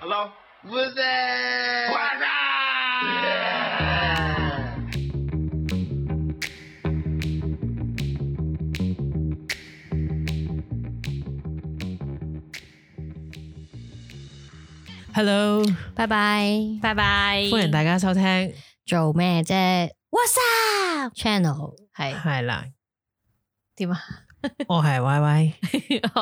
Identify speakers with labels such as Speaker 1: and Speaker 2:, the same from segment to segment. Speaker 1: Hello?
Speaker 2: What's that?
Speaker 1: What's
Speaker 2: Yeah.
Speaker 3: Hello，
Speaker 4: 拜拜，
Speaker 5: 拜拜，
Speaker 3: 歡迎大家收聽，
Speaker 4: 做咩啫？What's up channel 係，
Speaker 3: 係啦，
Speaker 4: 點啊？
Speaker 3: 我係 Y Y，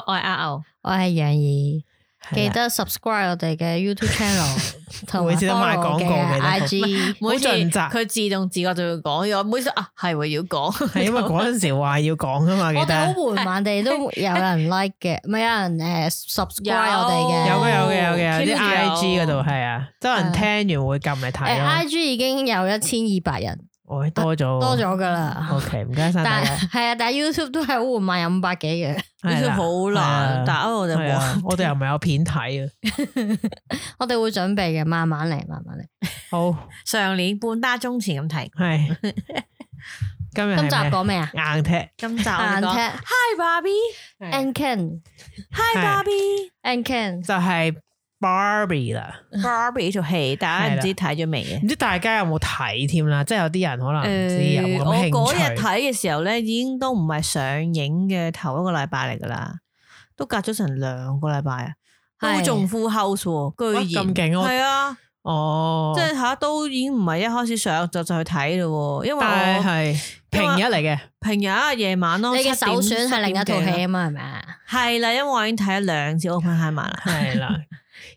Speaker 5: 我係阿牛，
Speaker 4: 我係楊怡，
Speaker 3: 係啦啊
Speaker 4: 記得 subscribe 我哋嘅 YouTube channel，同埋
Speaker 3: 每次都賣
Speaker 4: follow
Speaker 3: 廣告
Speaker 4: 我嘅
Speaker 3: 嘅 真
Speaker 4: IG。
Speaker 3: 好盡責
Speaker 5: 佢自動自覺就會講咗，每次啊係喎要講，
Speaker 3: 係因為嗰陣時話要講噶 嘛，記
Speaker 4: 我哋好
Speaker 3: 得
Speaker 4: 緩慢地都有人 like 嘅，唔係有人誒 subscribe 我哋嘅，
Speaker 3: 有
Speaker 5: 有
Speaker 3: 嘅有嘅有嘅，有啲
Speaker 5: keep 住
Speaker 3: I
Speaker 5: 有
Speaker 3: G 嗰度係啊，即係有人聽完會撳嚟
Speaker 4: 誒
Speaker 3: 睇
Speaker 4: I
Speaker 3: 咯，
Speaker 4: G 已經有一千二百人，
Speaker 3: 我多咗
Speaker 4: 多咗噶啦。
Speaker 3: ，OK，唔 該晒大
Speaker 4: 但
Speaker 3: 家，
Speaker 4: 係啊，但係 YouTube 都係好緩慢，有五百幾嘅。
Speaker 3: 係啦
Speaker 5: 呢啲好
Speaker 3: 係啊
Speaker 5: 難，但係我哋
Speaker 3: 係啊
Speaker 5: 冇，
Speaker 3: 我哋又唔係有片睇 啊，
Speaker 4: 我哋會準備嘅，慢慢嚟，慢慢嚟。
Speaker 3: 好
Speaker 5: 上年半打鐘前咁提，
Speaker 3: 係，今日係
Speaker 4: 今集
Speaker 3: 咩
Speaker 4: 講咩啊
Speaker 3: 硬踢，
Speaker 5: 今集我哋
Speaker 4: 硬
Speaker 5: 講
Speaker 4: 踢
Speaker 5: Hi Barbie，Hi
Speaker 4: and can
Speaker 5: Barbie。
Speaker 4: and can，
Speaker 3: 就係 Barbie 啦。
Speaker 5: Barbie 套戲，大家唔知睇咗未嘅
Speaker 3: 唔？知大家有冇睇添啦，即係有啲人可能唔知有
Speaker 5: 誒呃我
Speaker 3: 冇咁興
Speaker 5: 嗰日
Speaker 3: 趣。
Speaker 5: 睇嘅時候咧，已經都唔係上映嘅頭一個禮拜嚟噶啦，都隔咗成兩個禮拜啊，都
Speaker 4: 係
Speaker 5: 仲 full house 喎，居
Speaker 3: 哇
Speaker 5: 然
Speaker 3: 咁勁啊我
Speaker 5: 係啊！
Speaker 3: 哦，
Speaker 5: 即係吓都已經唔係一開始上就就去睇咯喎，因為
Speaker 3: 但
Speaker 5: 我
Speaker 3: 係平日嚟 嘅，
Speaker 5: 平日啊夜晚咯，
Speaker 4: 你嘅
Speaker 5: 7
Speaker 4: 首選係另一套戲
Speaker 5: 點
Speaker 4: 啊嘛，係咪啊？
Speaker 5: 係啦，因為我已經睇咗兩次 Open h i m e 啦，
Speaker 3: 係啦。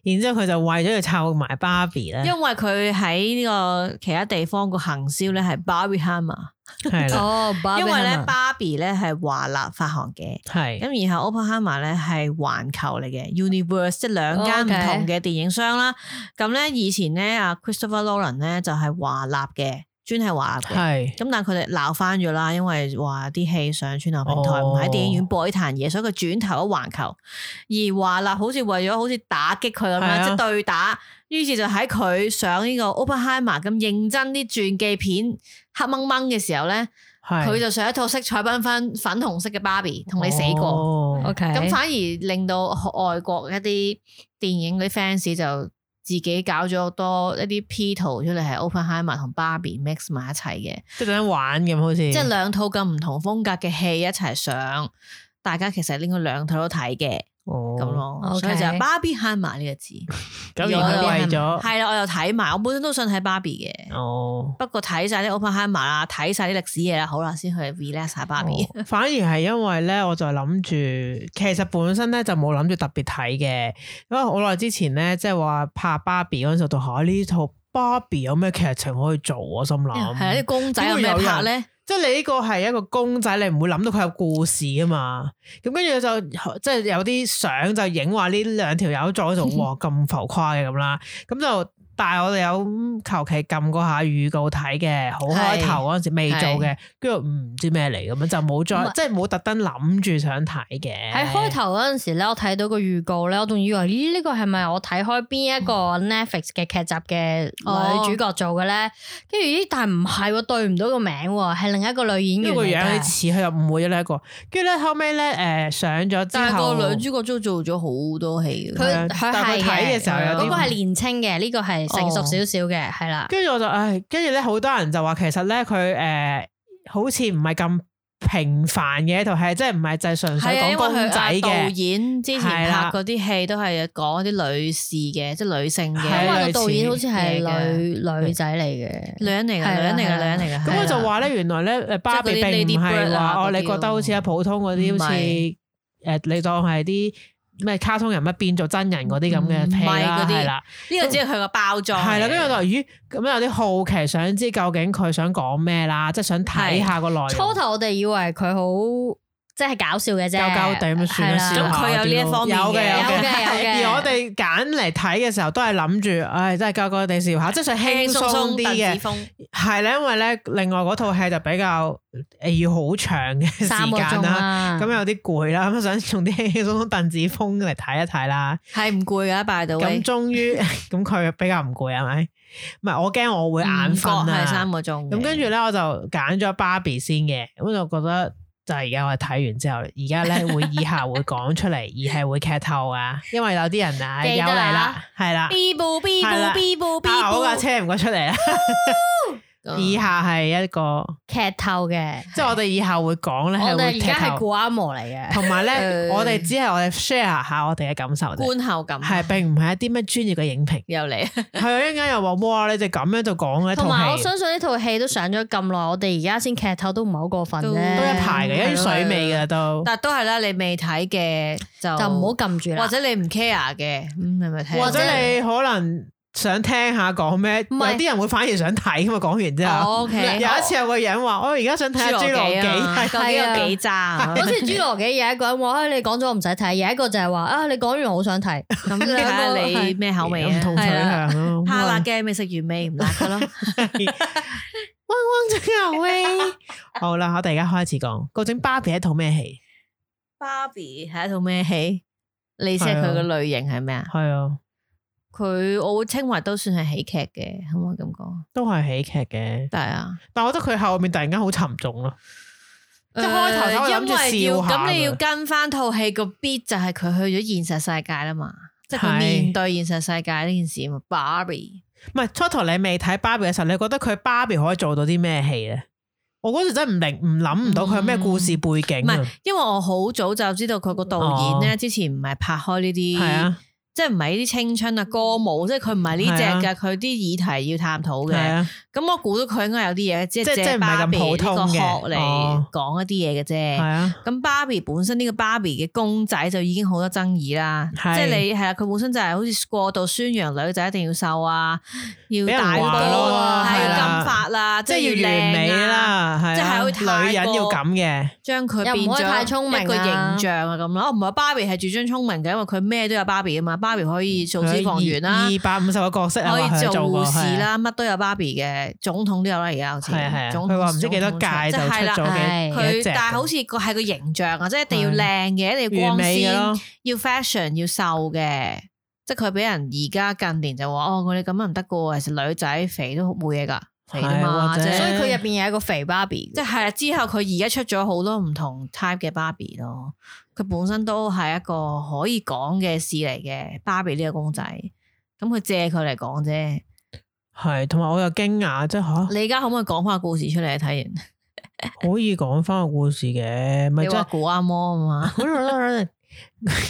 Speaker 3: 然之後佢就為咗要湊埋 Barbie 咧，
Speaker 5: 因為佢喺呢個其他地方個行銷咧係 Barbie h i m e
Speaker 3: 係啦，
Speaker 4: 哦，
Speaker 5: 因為咧 Barbie 咧係華納發行嘅。
Speaker 3: 係
Speaker 5: 咁然後 Oppenheimer 咧係環球嚟嘅 Universe，即係兩間唔
Speaker 4: OK
Speaker 5: 同嘅電影商啦。咁咧以前咧啊 Christopher Nolan 咧就係華納嘅，專係華納嘅。
Speaker 3: 係
Speaker 5: 咁但係佢哋鬧翻咗啦，因為話啲戲上串流平台
Speaker 3: 哦
Speaker 5: 唔喺電影院播呢壇嘢，所以佢轉頭咗環球，而華納好似為咗好似打擊佢咁
Speaker 3: 係啊
Speaker 5: 樣，即係對打，於是就喺佢上呢個 Oppenheimer 咁認真啲傳記片黑掹掹嘅時候咧，
Speaker 3: 係
Speaker 5: 佢就上一套色彩繽紛粉紅色嘅芭比同你死
Speaker 3: 哦
Speaker 5: 過，
Speaker 3: 過，
Speaker 4: OK，
Speaker 5: 咁反而令到外國一啲電影嗰啲 fans 就。自己搞咗好多一啲 P 圖出嚟，係 Oppenheimer 同芭比 mix 埋一齊嘅，
Speaker 3: 即係等玩咁好似，
Speaker 5: 即係兩套咁唔同風格嘅戲一齊上，大家其實應該兩套都睇嘅咁
Speaker 3: 咁。
Speaker 5: 咯，
Speaker 4: OK
Speaker 5: 所以就係 Barbie Hammer 呢個字
Speaker 3: 哦咁然後為咗
Speaker 5: 係啦，我又睇埋，我本身都想睇 Barbie 嘅，
Speaker 3: 哦，
Speaker 5: 不過睇晒啲 Open Hammer 啦，睇晒啲歷史嘢啦，好啦，先去 relax 下 Barbie。
Speaker 3: 哦反而係因為咧，我就諗住，其實本身咧就冇諗住特別睇嘅，因為好耐之前咧，即係話拍芭比嗰陣時候，就嚇呢套芭比有咩劇情可以做，我心諗
Speaker 5: 係啊，啲公仔有
Speaker 3: 點
Speaker 5: 咩
Speaker 3: 會嗯有
Speaker 5: 拍
Speaker 3: 人
Speaker 5: 咧？
Speaker 3: 即係你呢個係一個公仔，你唔會諗到佢有故事啊嘛。咁跟住就即係有啲相就影話呢兩條友坐喺 度，哇咁浮誇嘅咁啦。咁就但係我哋有嗯求其撳過下預告睇嘅，好開頭嗰陣時未做嘅，跟住唔知咩嚟咁樣就冇
Speaker 5: 啊
Speaker 4: 唔係
Speaker 3: 再即係冇特登諗住想睇嘅。
Speaker 4: 喺開頭嗰陣時咧，我睇到個預告咧，我仲以為咦呢個係咪我睇開邊一個 Netflix 嘅劇集嘅女主角做嘅咧？跟住咦，但係唔係喎，對唔到個名喎，係另一個女演
Speaker 3: 因為
Speaker 4: 員
Speaker 3: 個樣有啲
Speaker 4: 嚟嘅。
Speaker 3: 似，佢又誤會咗呢一個。跟住咧後尾咧誒上咗之
Speaker 5: 但係
Speaker 3: 後，
Speaker 5: 個女主角都做咗好多戲嘅，
Speaker 4: 佢佢
Speaker 3: 但係佢
Speaker 4: 係
Speaker 3: 睇嘅時候有啲哦
Speaker 4: 嗰個係年青嘅，呢個係成熟少少嘅，係啦。
Speaker 3: 跟住我就唉，跟住咧好多人就話其實咧佢誒好似唔係咁平凡嘅一套戲，即係唔係就係純粹
Speaker 5: 係
Speaker 3: 講
Speaker 5: 啊，因為
Speaker 3: 公
Speaker 5: 佢
Speaker 3: 仔
Speaker 5: 啊導
Speaker 3: 嘅，
Speaker 5: 演之前
Speaker 3: 係啦
Speaker 5: 拍嗰啲戲都係講一啲女士嘅，即係女性
Speaker 3: 係啊
Speaker 5: 嘅
Speaker 4: 因
Speaker 3: 類
Speaker 4: 為
Speaker 3: 似
Speaker 4: 個導演好似係女
Speaker 5: 嘅啊
Speaker 4: 女仔嚟嘅，
Speaker 5: 女人嚟
Speaker 4: 係
Speaker 5: 嘅，
Speaker 4: 啦
Speaker 5: 女
Speaker 4: 係
Speaker 5: 人嚟嘅，
Speaker 4: 啦
Speaker 5: 女人嚟嘅。
Speaker 3: 咁我
Speaker 4: 係
Speaker 3: 就
Speaker 4: 啦
Speaker 3: 話咧原來咧誒芭比
Speaker 5: 即係嗰啲
Speaker 3: 並唔
Speaker 5: Lady
Speaker 3: 係
Speaker 5: Bird 啊
Speaker 3: 話哦
Speaker 5: 嗰啲
Speaker 3: 你覺得好似
Speaker 5: 咯
Speaker 3: 係普通嗰啲好似
Speaker 5: 唔
Speaker 3: 誒
Speaker 5: 係
Speaker 3: 你當係啲咩卡通人物變做真人嗰啲咁嘅
Speaker 5: 嗯唔係
Speaker 3: 戲啦
Speaker 5: 嗰啲
Speaker 3: 係啦。
Speaker 5: 呢個只係佢個包裝嚟嘅。
Speaker 3: 係啦，跟住我就話咦，咁有啲好奇，想知究竟佢想講咩啦，即係想睇下個內容。
Speaker 4: 初頭我哋以為佢好即係搞笑嘅啫，
Speaker 3: 鳩鳩地咁算
Speaker 4: 係
Speaker 3: 啦，笑
Speaker 4: 啦
Speaker 3: 下
Speaker 5: 咁佢有呢一
Speaker 3: 啲咯
Speaker 5: 方面
Speaker 3: 有嘅
Speaker 5: 嘅
Speaker 3: 有
Speaker 4: 有
Speaker 3: 嘅。
Speaker 4: 嘅有嘅。
Speaker 3: 而我哋揀嚟睇嘅時候，都係諗住，唉，真係鳩鳩地笑下，即係想輕
Speaker 5: 輕鬆
Speaker 3: 鬆
Speaker 5: 鬆
Speaker 3: 啲
Speaker 5: 鄧
Speaker 3: 嘅
Speaker 5: 子。峰
Speaker 3: 係咧，因為咧，另外嗰套戲就比較誒要好長嘅
Speaker 4: 三
Speaker 3: 時
Speaker 4: 個
Speaker 3: 間
Speaker 4: 鐘啊
Speaker 3: 啦，
Speaker 4: 啦，
Speaker 3: 咁有啲攰啦，咁啊想用啲輕鬆鄧子峰嚟睇一睇啦。
Speaker 5: 係唔攰噶，by the way，
Speaker 3: 咁終於 咁佢比較唔攰係咪？唔係我驚我會眼
Speaker 5: 五角
Speaker 3: 瞓
Speaker 5: 係
Speaker 3: 啊
Speaker 5: 三。個鐘嘅。
Speaker 3: 咁跟住咧，我就揀咗芭比先嘅，咁就覺得就係而家我哋睇完之後，而家 咧會以下會講出嚟，而係會劇透啊，因為有啲人啊
Speaker 4: 記
Speaker 3: 有
Speaker 4: 得啊
Speaker 3: 嚟啦，係啦，
Speaker 4: B 部 B 部
Speaker 3: 係啦啊
Speaker 4: B 部 B
Speaker 3: 阿牛
Speaker 4: 部
Speaker 3: 架車唔該出 嚟啦。
Speaker 5: 嗯
Speaker 3: 以下係一個，
Speaker 4: 劇透嘅，
Speaker 3: 即係我哋以後會講咧，
Speaker 4: 我
Speaker 3: 係會
Speaker 4: 哋而
Speaker 3: 劇
Speaker 4: 家係
Speaker 3: 透，
Speaker 4: 古阿摩嚟 嘅，
Speaker 3: 同埋咧，
Speaker 5: 誒
Speaker 3: 我哋只係我哋 share 下我哋嘅感受啫，
Speaker 5: 觀後感啊
Speaker 3: 係並唔係一啲咩專業嘅影評。
Speaker 5: 又嚟，
Speaker 3: 係啊，一陣間又話哇，你哋咁樣就講嘅一
Speaker 4: 同埋
Speaker 3: 套
Speaker 4: 我
Speaker 3: 戲，
Speaker 4: 相信呢套戲都上咗咁耐，我哋而家先劇透都唔係好過分
Speaker 5: 都
Speaker 4: 咧，
Speaker 3: 都一排嘅，
Speaker 4: 嗯
Speaker 3: 有
Speaker 5: 係
Speaker 3: 啲
Speaker 5: 咯
Speaker 3: 水味嘅都。
Speaker 5: 但都係啦，你未睇嘅就
Speaker 4: 就唔好撳住啦
Speaker 5: 或。者你唔 care 嘅，嗯，你咪睇。
Speaker 3: 或者你可能想聽下講咩，有
Speaker 4: 唔係哦
Speaker 3: 啲人會反而想睇嘛。講完之後，
Speaker 5: O
Speaker 4: 唔
Speaker 5: K，
Speaker 4: 係
Speaker 3: 有一次有個人話：我而家想睇下《
Speaker 5: 啊
Speaker 3: 侏羅紀》，啊
Speaker 5: 究竟有幾渣？ 啊
Speaker 4: 好似侏羅紀有一個人話：，啊，你講咗我唔使睇；，有一個就係話：，啊，你講完我好想睇。
Speaker 5: 咁睇下你咩口味
Speaker 3: 有唔
Speaker 5: 啊？
Speaker 3: 同取向咯。
Speaker 5: 怕辣
Speaker 3: 哇
Speaker 5: 嘅未食完味唔辣嘅 咯，
Speaker 3: 汪汪隻牛喂！ 好啦，我哋而家開始講，究竟芭比係一套咩戲？
Speaker 5: 芭比係一套咩戲？你知佢嘅類型係咩啊？
Speaker 3: 係啊，
Speaker 5: 佢我會稱為都算係喜劇嘅，可唔可以咁講？
Speaker 3: 都係喜劇嘅，
Speaker 5: 但係啊，
Speaker 3: 但我覺得佢後面突然間好沉重啊咯。即係開頭
Speaker 5: 誒
Speaker 3: 我諗住
Speaker 5: 呃因為要
Speaker 3: 笑下
Speaker 5: 咁你
Speaker 3: 㗎
Speaker 5: 要跟翻套戲個 beat 就係佢去咗現實世界啦嘛，即係佢
Speaker 3: 係
Speaker 5: 面對現實世界呢件事啊嘛。芭比
Speaker 3: 唔係初頭你未睇芭比嘅時候，你覺得佢芭比可以做到啲咩戲咧？我嗰時真係唔明，唔諗唔到佢有咩故事背景
Speaker 5: 唔
Speaker 3: 啊
Speaker 5: 係，因為我好早就知道佢個導演咧，
Speaker 3: 哦
Speaker 5: 之嗯前唔係拍開呢啲，
Speaker 3: 係啊，
Speaker 5: 即係唔係呢啲青春啊歌舞，即係佢唔係呢只
Speaker 3: 係啊
Speaker 5: 嘅，佢啲議題要探討
Speaker 3: 係
Speaker 5: 嘅。
Speaker 3: 啊。
Speaker 5: 咁我估到佢應該有啲嘢，即
Speaker 3: 即
Speaker 5: 係
Speaker 3: 即係
Speaker 5: 借
Speaker 3: 唔係咁
Speaker 5: 芭比呢
Speaker 3: 普通
Speaker 5: 個
Speaker 3: 嘅
Speaker 5: 殼嚟
Speaker 3: 哦
Speaker 5: 講一啲嘢嘅啫。
Speaker 3: 係啊，
Speaker 5: 咁芭比本身呢個芭比嘅公仔就已經好多爭議啦，即
Speaker 3: 係
Speaker 5: 係你係啊，佢本身就係好似過度宣揚女仔一定要 瘦啊，要
Speaker 3: 俾人
Speaker 5: 大波
Speaker 3: 話
Speaker 4: 咯
Speaker 5: 啊，係
Speaker 4: 係
Speaker 5: 要
Speaker 4: 啦
Speaker 5: 金髮啦，
Speaker 3: 即
Speaker 5: 係
Speaker 3: 係
Speaker 5: 要
Speaker 3: 要完美
Speaker 5: 靚啊，
Speaker 3: 啦，係
Speaker 5: 即係
Speaker 3: 啊
Speaker 5: 好似太
Speaker 3: 女人要
Speaker 5: 過
Speaker 3: 咁嘅，
Speaker 5: 將佢
Speaker 4: 又
Speaker 5: 變
Speaker 4: 唔可以太聰明
Speaker 5: 咗
Speaker 4: 啊
Speaker 5: 一個形象啊咁咯。哦唔係芭比係主張聰明嘅，因為佢咩都有芭比啊嘛，芭比可
Speaker 3: 嗯
Speaker 5: 以做消防員啦，
Speaker 3: 二百五十個角色啊
Speaker 5: 可以
Speaker 3: 話佢
Speaker 5: 做
Speaker 3: 過
Speaker 5: 護士
Speaker 3: 係啊
Speaker 5: 啦，乜都有芭比嘅，總統都有啦，而家好似
Speaker 3: 係啊係啊，
Speaker 5: 總
Speaker 3: 佢話唔知幾多
Speaker 5: 總統
Speaker 3: 屆
Speaker 5: 出
Speaker 3: 就
Speaker 5: 即係啦
Speaker 3: 出咗幾
Speaker 4: 係
Speaker 3: 幾
Speaker 5: 佢
Speaker 3: 隻咁，
Speaker 5: 但係好似個係個形象啊，即係一定要
Speaker 3: 係
Speaker 5: 靚嘅，一定要
Speaker 3: 完
Speaker 5: 光
Speaker 3: 美嘅
Speaker 5: 鮮
Speaker 3: 咯，，
Speaker 5: 要 fashion，要瘦嘅。即係佢俾人而家近年就話哦，我哋咁樣唔得噶，其實女仔肥都冇嘢噶，肥啊嘛，
Speaker 3: 係或者
Speaker 5: 即係
Speaker 4: 所以佢入邊有一個肥芭比
Speaker 5: 即，係之後佢而家出咗好多唔同 type 嘅芭比咯。佢本身都係一個可以講嘅事嚟嘅芭比呢個公仔，咁佢借佢嚟講啫。
Speaker 3: 係同埋我又驚訝，即係吓
Speaker 5: 你而家可唔可以講翻個故事出嚟啊？睇完
Speaker 3: 可以講翻個故事嘅，咪
Speaker 5: 你
Speaker 3: 真
Speaker 5: 話
Speaker 3: 係。
Speaker 5: 古阿摩啊嘛，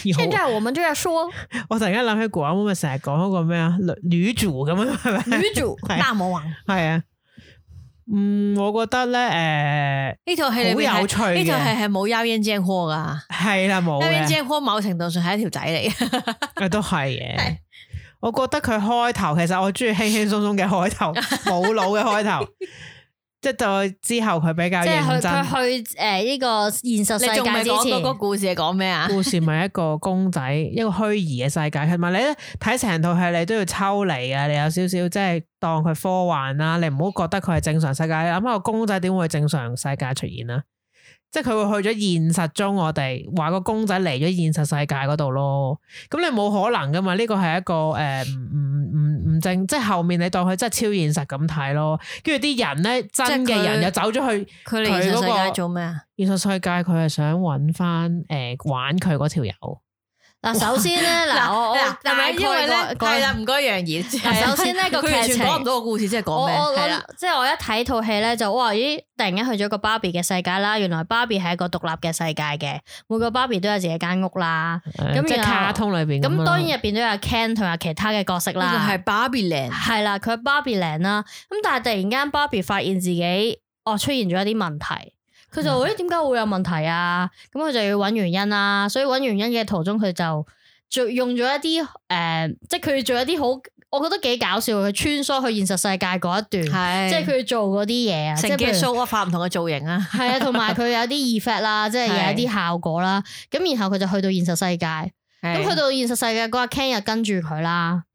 Speaker 4: 現
Speaker 3: 有
Speaker 4: 在我們就要說
Speaker 3: 我突然間諗起古阿妹咪成日講嗰個咩啊女女主咁樣係咪？
Speaker 4: 女 主
Speaker 3: 係
Speaker 5: 大魔王
Speaker 3: 係啊，嗯，我覺得咧
Speaker 5: 呢套戲裏面係
Speaker 3: 好有趣嘅
Speaker 5: 呢套戲係冇妖艶正科噶。
Speaker 3: 誒係啦冇
Speaker 5: 因為
Speaker 3: 嘅，
Speaker 5: Jack Hall 某程度上係一條仔嚟嘅，
Speaker 3: 啊都係 嘅。我覺得佢開頭其實我中意輕輕鬆鬆嘅開頭，冇腦嘅開頭，即係到之後佢比較
Speaker 4: 即係
Speaker 3: 認
Speaker 4: 佢
Speaker 3: 真。
Speaker 4: 佢去誒呢個現實世
Speaker 5: 你仲
Speaker 4: 界
Speaker 5: 未
Speaker 4: 之
Speaker 5: 講嗰個
Speaker 4: 前，
Speaker 5: 故事係講咩啊？
Speaker 3: 故事咪一個公仔， 一個虛擬嘅世界，同埋你咧睇成套戲，你都要抽離啊！你有少少即係當佢科幻啦，你唔好覺得佢係正常世界。你諗下個公仔點會正常世界出現啊？即係佢會去咗現實中我，哋話個公仔嚟咗現實世界嗰度咯。咁你冇可能噶嘛？呢個係一個誒唔唔唔唔正，即係後面你當佢真係超現實咁睇咯。跟住啲人咧，真
Speaker 5: 即係
Speaker 3: 嘅
Speaker 5: 佢
Speaker 3: 人又走咗去
Speaker 5: 佢嚟現
Speaker 3: 佢
Speaker 5: 實
Speaker 3: 嗰
Speaker 5: 世界
Speaker 3: 個
Speaker 5: 做咩啊？
Speaker 3: 現實世界，佢係想揾翻誒玩佢嗰條友。
Speaker 4: 嗱首先 咧，嗱我我
Speaker 5: 係咪
Speaker 4: 大概
Speaker 5: 因為咧
Speaker 4: 個
Speaker 5: 係啦，唔該楊 怡。
Speaker 4: 嗱首先咧個
Speaker 5: 佢
Speaker 4: 劇
Speaker 5: 完全
Speaker 4: 情
Speaker 5: 講唔到個故事，即係
Speaker 4: 我
Speaker 5: 講咩？
Speaker 4: 我
Speaker 5: 係
Speaker 4: 諗
Speaker 5: 啦，
Speaker 4: 即係我一睇套戲咧，就哇咦！突然間去咗個芭比嘅世界啦，原來芭比係一個獨立嘅世界嘅，每個芭比都有自己間屋啦。
Speaker 3: 誒
Speaker 4: 咁
Speaker 3: 即係
Speaker 4: 然後
Speaker 3: 卡通裏邊
Speaker 4: 咁
Speaker 3: 樣
Speaker 4: 當然入邊都有 Ken 同埋其他嘅角色
Speaker 5: 呢
Speaker 4: 啦
Speaker 5: 個，係 Barbie Land，
Speaker 4: 係啦，佢係芭比靚啦。咁但係突然間芭比發現自己哦出現咗一啲問題，佢就咦點解會有問題啊？咁佢就要揾原因啦。所以揾原因嘅途中，佢就做用咗一啲誒、呃即係佢要做一啲好，我覺得幾搞笑嘅，佢穿梭去現實世界嗰一段。
Speaker 5: 係
Speaker 4: 即係佢做嗰啲嘢啊，即
Speaker 5: 成
Speaker 4: 係譬
Speaker 5: 嘅
Speaker 4: 如
Speaker 5: show 啊，化唔同嘅造型啊，
Speaker 4: 係啊，同埋佢有啲 effect 啦，即係有一啲效果啦。咁然後佢就去到現實世界，咁
Speaker 5: 咁
Speaker 4: 去到現實世界嗰個 Ken 又跟住佢啦，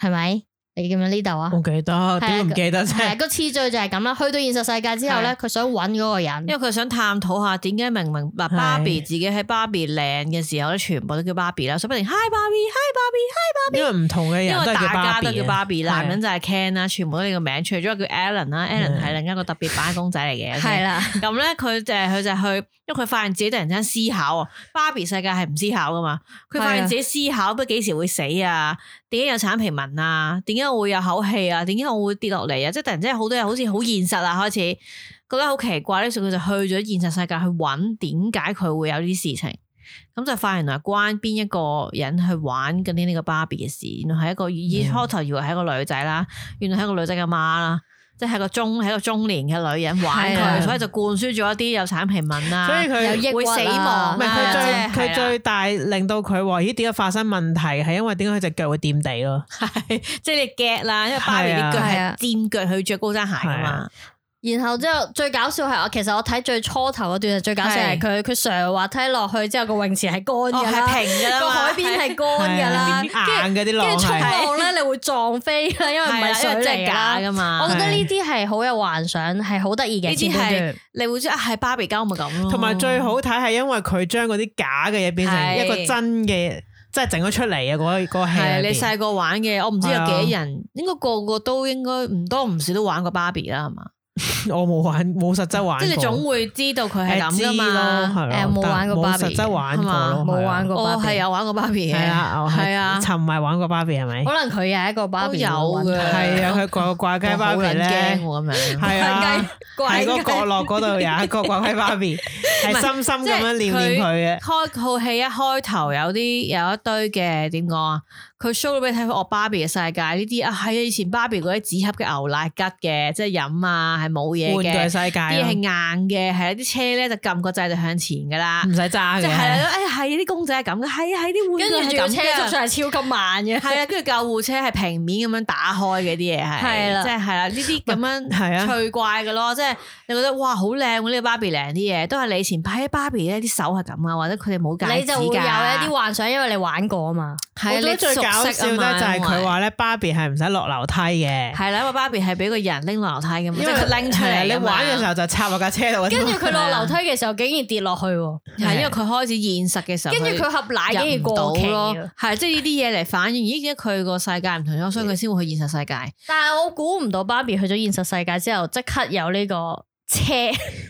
Speaker 4: 係咪？你記唔記得呢度啊？
Speaker 3: 我記得，點會唔記得
Speaker 4: 係啊
Speaker 3: 啫？
Speaker 4: 個次序就係咁啦。去到現實世界之後咧，佢想揾嗰個人，
Speaker 5: 因為佢想探討下點解明明嗱
Speaker 3: 係
Speaker 5: 芭比自己喺芭比靚嘅時候咧，全部都叫芭比啦，所以不停 Hi 芭比，Hi
Speaker 3: 因為唔同嘅
Speaker 5: 芭比，因
Speaker 3: 人都係叫
Speaker 5: 為大家
Speaker 3: 芭
Speaker 5: 都
Speaker 3: 比
Speaker 5: 叫
Speaker 3: 啊
Speaker 5: 芭比，
Speaker 3: 係啊
Speaker 5: 男人就係 Ken 啦，全部都呢個名，除咗叫 Alan 啦，Alan
Speaker 3: 嗯
Speaker 5: 係另一個特別版公仔嚟嘅，
Speaker 4: 係啦，
Speaker 5: 咁咧，佢就係佢就去，因為佢發現自己突然之間思考啊，芭比世界係唔思考噶嘛，佢發
Speaker 4: 啊
Speaker 5: 現自己思考，不過幾時會死啊？點解有橙皮紋啊？點解我會有口氣啊？點解我會跌落嚟啊？即係突然之間好多嘢好似好現實啊，開始覺得好奇怪咧，所以佢就去咗現實世界去揾點解佢會有呢啲事情。咁就發現原來關邊一個人去玩緊呢個芭比嘅事，原來係一個以
Speaker 3: 嗯
Speaker 5: 開頭以為係一個女仔啦，原來係一個女仔嘅媽啦，即係個中係一個中年嘅女人玩
Speaker 4: 係啊
Speaker 5: 佢，所以就灌輸咗一啲有橙皮紋啦。
Speaker 3: 所以佢
Speaker 4: 有抑鬱
Speaker 5: 會死亡
Speaker 3: 唔係佢
Speaker 5: 啊
Speaker 3: 最
Speaker 5: 即係
Speaker 3: 佢
Speaker 5: 係啦
Speaker 3: 最大令到佢話咦點解發生問題係因為點解佢隻腳會掂地咯？
Speaker 5: 即係你 get 啦，因為芭比啲腳
Speaker 4: 係啊
Speaker 5: 係踭腳，佢着高踭鞋噶
Speaker 3: 係
Speaker 5: 嘛
Speaker 3: 啊，
Speaker 4: 然後之後最搞笑係我其實我睇最初頭嗰段係最搞笑係佢佢上滑梯落去之後個泳池係乾
Speaker 5: 哦
Speaker 4: 㗎啦，
Speaker 5: 係平噶
Speaker 4: 個海邊係乾㗎啦，
Speaker 3: 係啊
Speaker 4: 跟
Speaker 3: 硬
Speaker 4: 住
Speaker 3: 嗰啲
Speaker 4: 跟
Speaker 3: 浪
Speaker 4: 住衝
Speaker 3: 係
Speaker 4: 浪咧你會撞飛啦，因為唔係
Speaker 5: 係啦，因為
Speaker 4: 水
Speaker 5: 真係
Speaker 4: 嚟
Speaker 5: 假
Speaker 4: 㗎
Speaker 5: 噶
Speaker 4: 啦。
Speaker 5: 嘛。
Speaker 4: 我覺得呢啲係好有幻想，係好得意嘅。
Speaker 5: 呢啲
Speaker 4: 前半段
Speaker 5: 係你會知啊，係芭比膠咪咁咯。
Speaker 3: 同埋最好睇係因為佢將嗰啲假嘅嘢變成
Speaker 5: 係
Speaker 3: 一個真嘅，即係整咗出嚟啊！嗰嗰個戲
Speaker 5: 係
Speaker 3: 裏
Speaker 5: 你
Speaker 3: 邊
Speaker 5: 細個玩嘅，我唔知有幾多
Speaker 3: 係
Speaker 5: 人，應該個個都應該唔多唔少都玩過芭比啦，係嘛？
Speaker 3: 我冇玩，冇實質玩過，
Speaker 5: 即係你總會知道佢係
Speaker 3: 誒
Speaker 5: 咁噶
Speaker 3: 知咯
Speaker 5: 嘛。
Speaker 3: 係咯
Speaker 4: 誒冇玩
Speaker 3: 但
Speaker 4: 過
Speaker 3: 冇
Speaker 4: 芭比
Speaker 3: 實質玩過
Speaker 5: 係
Speaker 3: 咯，
Speaker 5: 嘛
Speaker 4: 冇玩過
Speaker 5: 我
Speaker 4: 芭比
Speaker 5: 係有玩過芭比嘅，
Speaker 3: 係啊，我
Speaker 5: 係啊
Speaker 3: 係沉迷玩過芭比係 咪？
Speaker 4: 可能佢又係一個芭比
Speaker 5: 都有
Speaker 4: 嘅揾
Speaker 5: 嘅
Speaker 3: 係
Speaker 4: 佢
Speaker 3: 啊，佢掛掛
Speaker 5: 我
Speaker 3: 雞芭
Speaker 5: 好
Speaker 3: 比
Speaker 5: 撚
Speaker 3: 咧
Speaker 5: 驚。啊喎咁樣。
Speaker 3: 係
Speaker 4: 怪
Speaker 3: 啊
Speaker 4: 雞，怪
Speaker 3: 喺
Speaker 4: 雞
Speaker 3: 個角落嗰度有一個掛雞芭比，係深深咁樣念念佢嘅。
Speaker 5: 開套戲一啊開頭有啲有一堆嘅點講啊，佢 show 咗俾你睇佢我芭比嘅世界呢啲啊，係啊，以前芭比嗰啲紙盒嘅牛奶吉嘅，即係飲啊係冇嘢
Speaker 3: 玩具
Speaker 5: 嘅，
Speaker 3: 世界
Speaker 5: 啲嘢係
Speaker 3: 咯
Speaker 5: 硬嘅，係啊，啲車咧就撳個掣就向前噶啦
Speaker 3: 唔，使揸
Speaker 5: 啊即
Speaker 3: 嘅，
Speaker 5: 係係啦，哎係啲公仔係咁嘅，係啊係啲
Speaker 4: 跟
Speaker 5: 玩
Speaker 4: 住
Speaker 5: 具
Speaker 4: 仲要
Speaker 5: 係
Speaker 4: 車
Speaker 5: 咁
Speaker 4: 速
Speaker 5: 嘅。
Speaker 4: 上係超級慢嘅，
Speaker 5: 係啦，啊跟住救護車係平面咁樣打開嘅啲嘢係，
Speaker 4: 係啦
Speaker 5: 即係係啦，呢啲咁樣
Speaker 3: 係啊
Speaker 5: 趣怪嘅咯，即係你覺得哇好靚喎呢個芭比靚啲嘢，都係你以前擺喺芭比咧啲手係咁啊，或者佢哋冇戒
Speaker 4: 你
Speaker 5: 指
Speaker 4: 就會有一
Speaker 5: 㗎
Speaker 4: 啲幻想，因為你玩過啊 嘛。
Speaker 5: 係
Speaker 3: 我覺得最搞笑咧就係佢話咧，芭比係唔使落樓梯嘅，
Speaker 5: 係啦，啊因為芭比係俾個人拎落樓梯嘅嘛，即
Speaker 3: 因為
Speaker 5: 係佢拎出
Speaker 3: 係啊
Speaker 5: 嚟
Speaker 3: 你玩嘅時
Speaker 5: 候，
Speaker 3: 候就插落架車度。
Speaker 4: 跟住佢落樓梯嘅時候，竟然跌落去 喎，
Speaker 5: 係因為佢開始現實嘅時候，
Speaker 4: 跟住佢盒奶竟然
Speaker 5: 入唔到
Speaker 4: 過期
Speaker 5: 咯
Speaker 4: 啊，
Speaker 5: 係即係呢啲嘢嚟反映，咦？而家佢個世界唔同咗，所以佢先會去現實世界。
Speaker 4: 但係我估唔到芭比去咗現實世界之後，即刻有呢個車，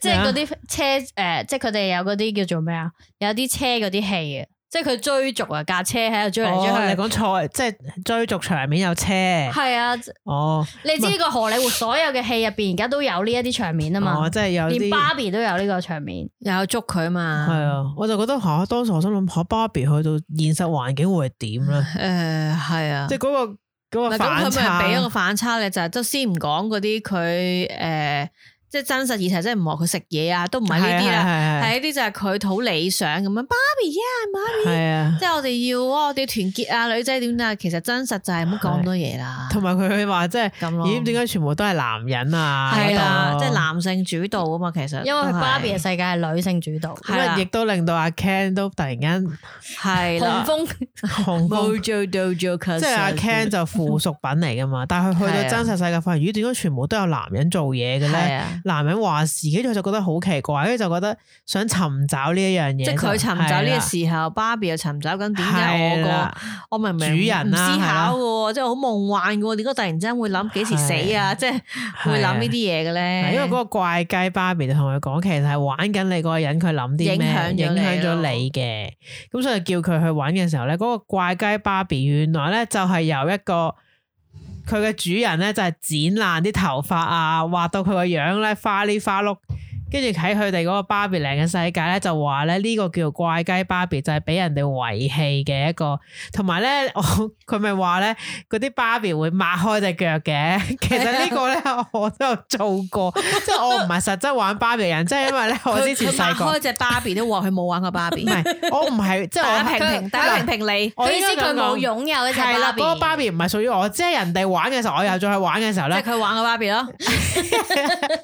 Speaker 4: 即
Speaker 3: 啊
Speaker 4: 係嗰啲車誒、呃即係佢哋有嗰啲叫做咩啊？有啲車嗰啲戲啊，即係佢追逐啊架車喺度追嚟
Speaker 3: 哦，你
Speaker 4: 追去。
Speaker 3: 講錯，即係追逐場面有車。
Speaker 4: 係啊，
Speaker 3: 哦，
Speaker 4: 你知呢個荷里活所有嘅戲入邊，而家都有呢一啲場面啊嘛
Speaker 3: 哦，，即係有
Speaker 4: 連
Speaker 3: 啲
Speaker 4: 芭比都有呢個場面。
Speaker 5: 又有捉佢
Speaker 3: 係
Speaker 5: 嘛？
Speaker 3: 啊，我就覺得吓，當時我心諗吓，芭比去到現實環境會係點咧？
Speaker 5: 誒，係啊
Speaker 3: 即。係嗰個嗰個
Speaker 5: 嗱，啊
Speaker 3: 反
Speaker 5: 咁佢咪
Speaker 3: 差
Speaker 5: 俾咗個反差咧，就係都先唔講嗰啲佢誒，即係真實議題，即係唔話佢食嘢啊，都唔係呢啲啦，
Speaker 3: 啦，
Speaker 5: 係呢啲就係佢好理想咁樣。芭比啊，芭比，
Speaker 3: 係啊
Speaker 5: 即。係我哋要哇，我哋要團結啊，女仔點啊？其實真實就係唔好講咁多嘢啦，
Speaker 3: 同埋佢話即係，
Speaker 5: 咁咯。
Speaker 3: 咦？點解全部都係男人啊？
Speaker 5: 哦係啦
Speaker 3: 嗰，度
Speaker 5: 即係。男性主導啊嘛，其實
Speaker 4: 因為
Speaker 5: 都係
Speaker 4: 芭比嘅世界係女性主導，
Speaker 5: 係啦
Speaker 3: 咁啊，亦都令到阿 Ken 都突然間
Speaker 5: 係
Speaker 4: 紅
Speaker 5: 啦，
Speaker 4: 峰
Speaker 3: 紅光，
Speaker 5: Mojo Dojo 啊 Cousin
Speaker 3: 即係阿 Ken 就附屬品嚟噶嘛。但 係佢去
Speaker 5: 係啊
Speaker 3: 到真實世界，發現咦，點解全部都有男人做嘢嘅
Speaker 5: 係
Speaker 3: 咧？
Speaker 5: 啊，
Speaker 3: 男人話事，跟住佢就覺得好奇怪，跟住就覺得想尋找呢一樣嘢
Speaker 5: 即
Speaker 3: 就。
Speaker 5: 係佢尋找呢個
Speaker 3: 係啦
Speaker 5: 時候，芭比又尋找緊點解我
Speaker 3: 係
Speaker 5: 個
Speaker 3: 啦
Speaker 5: 我明明
Speaker 3: 主人
Speaker 5: 唔
Speaker 3: 啦
Speaker 5: 思
Speaker 3: 係啦
Speaker 5: 考嘅喎，即係好夢幻嘅喎，點解突然之間會諗幾時死啊？即係會諗呢啲嘢嘅咧？
Speaker 3: 係因為嗰個怪雞芭比就同佢講，其實係玩緊你嗰個人，佢諗啲
Speaker 5: 影響咗
Speaker 3: 咩
Speaker 5: 你
Speaker 3: 影響咗
Speaker 5: 咯
Speaker 3: 你嘅，咁所以叫佢去玩嘅時候咧，嗰、個怪雞芭比原來咧就係由一個佢嘅主人咧就係、剪爛啲頭髮啊，畫到佢個樣咧花哩花碌。跟住喺佢哋嗰個芭比靚嘅世界咧，就話咧呢個叫怪雞芭比，就係俾人哋遺棄嘅一個，同埋咧我 佢咪話咧嗰啲芭比會擘開隻腳嘅， 其實呢個咧我都有做過， 即係我唔係實質玩芭比人，即係因為咧我
Speaker 5: 佢
Speaker 3: 之前
Speaker 5: 佢擘
Speaker 3: 細個
Speaker 5: 開隻芭比都話佢冇玩過芭比，
Speaker 3: 唔係我唔係即係
Speaker 5: 大
Speaker 3: 我
Speaker 5: 家平平，大家平平你。
Speaker 3: 我
Speaker 4: 佢意思佢冇擁有一隻
Speaker 3: 係啦，
Speaker 4: 芭比，
Speaker 3: 嗰個芭比唔係屬於我，即係人哋玩嘅時候，我又再去玩嘅時候
Speaker 5: 即
Speaker 3: 咧，
Speaker 5: 係佢玩個芭比咯，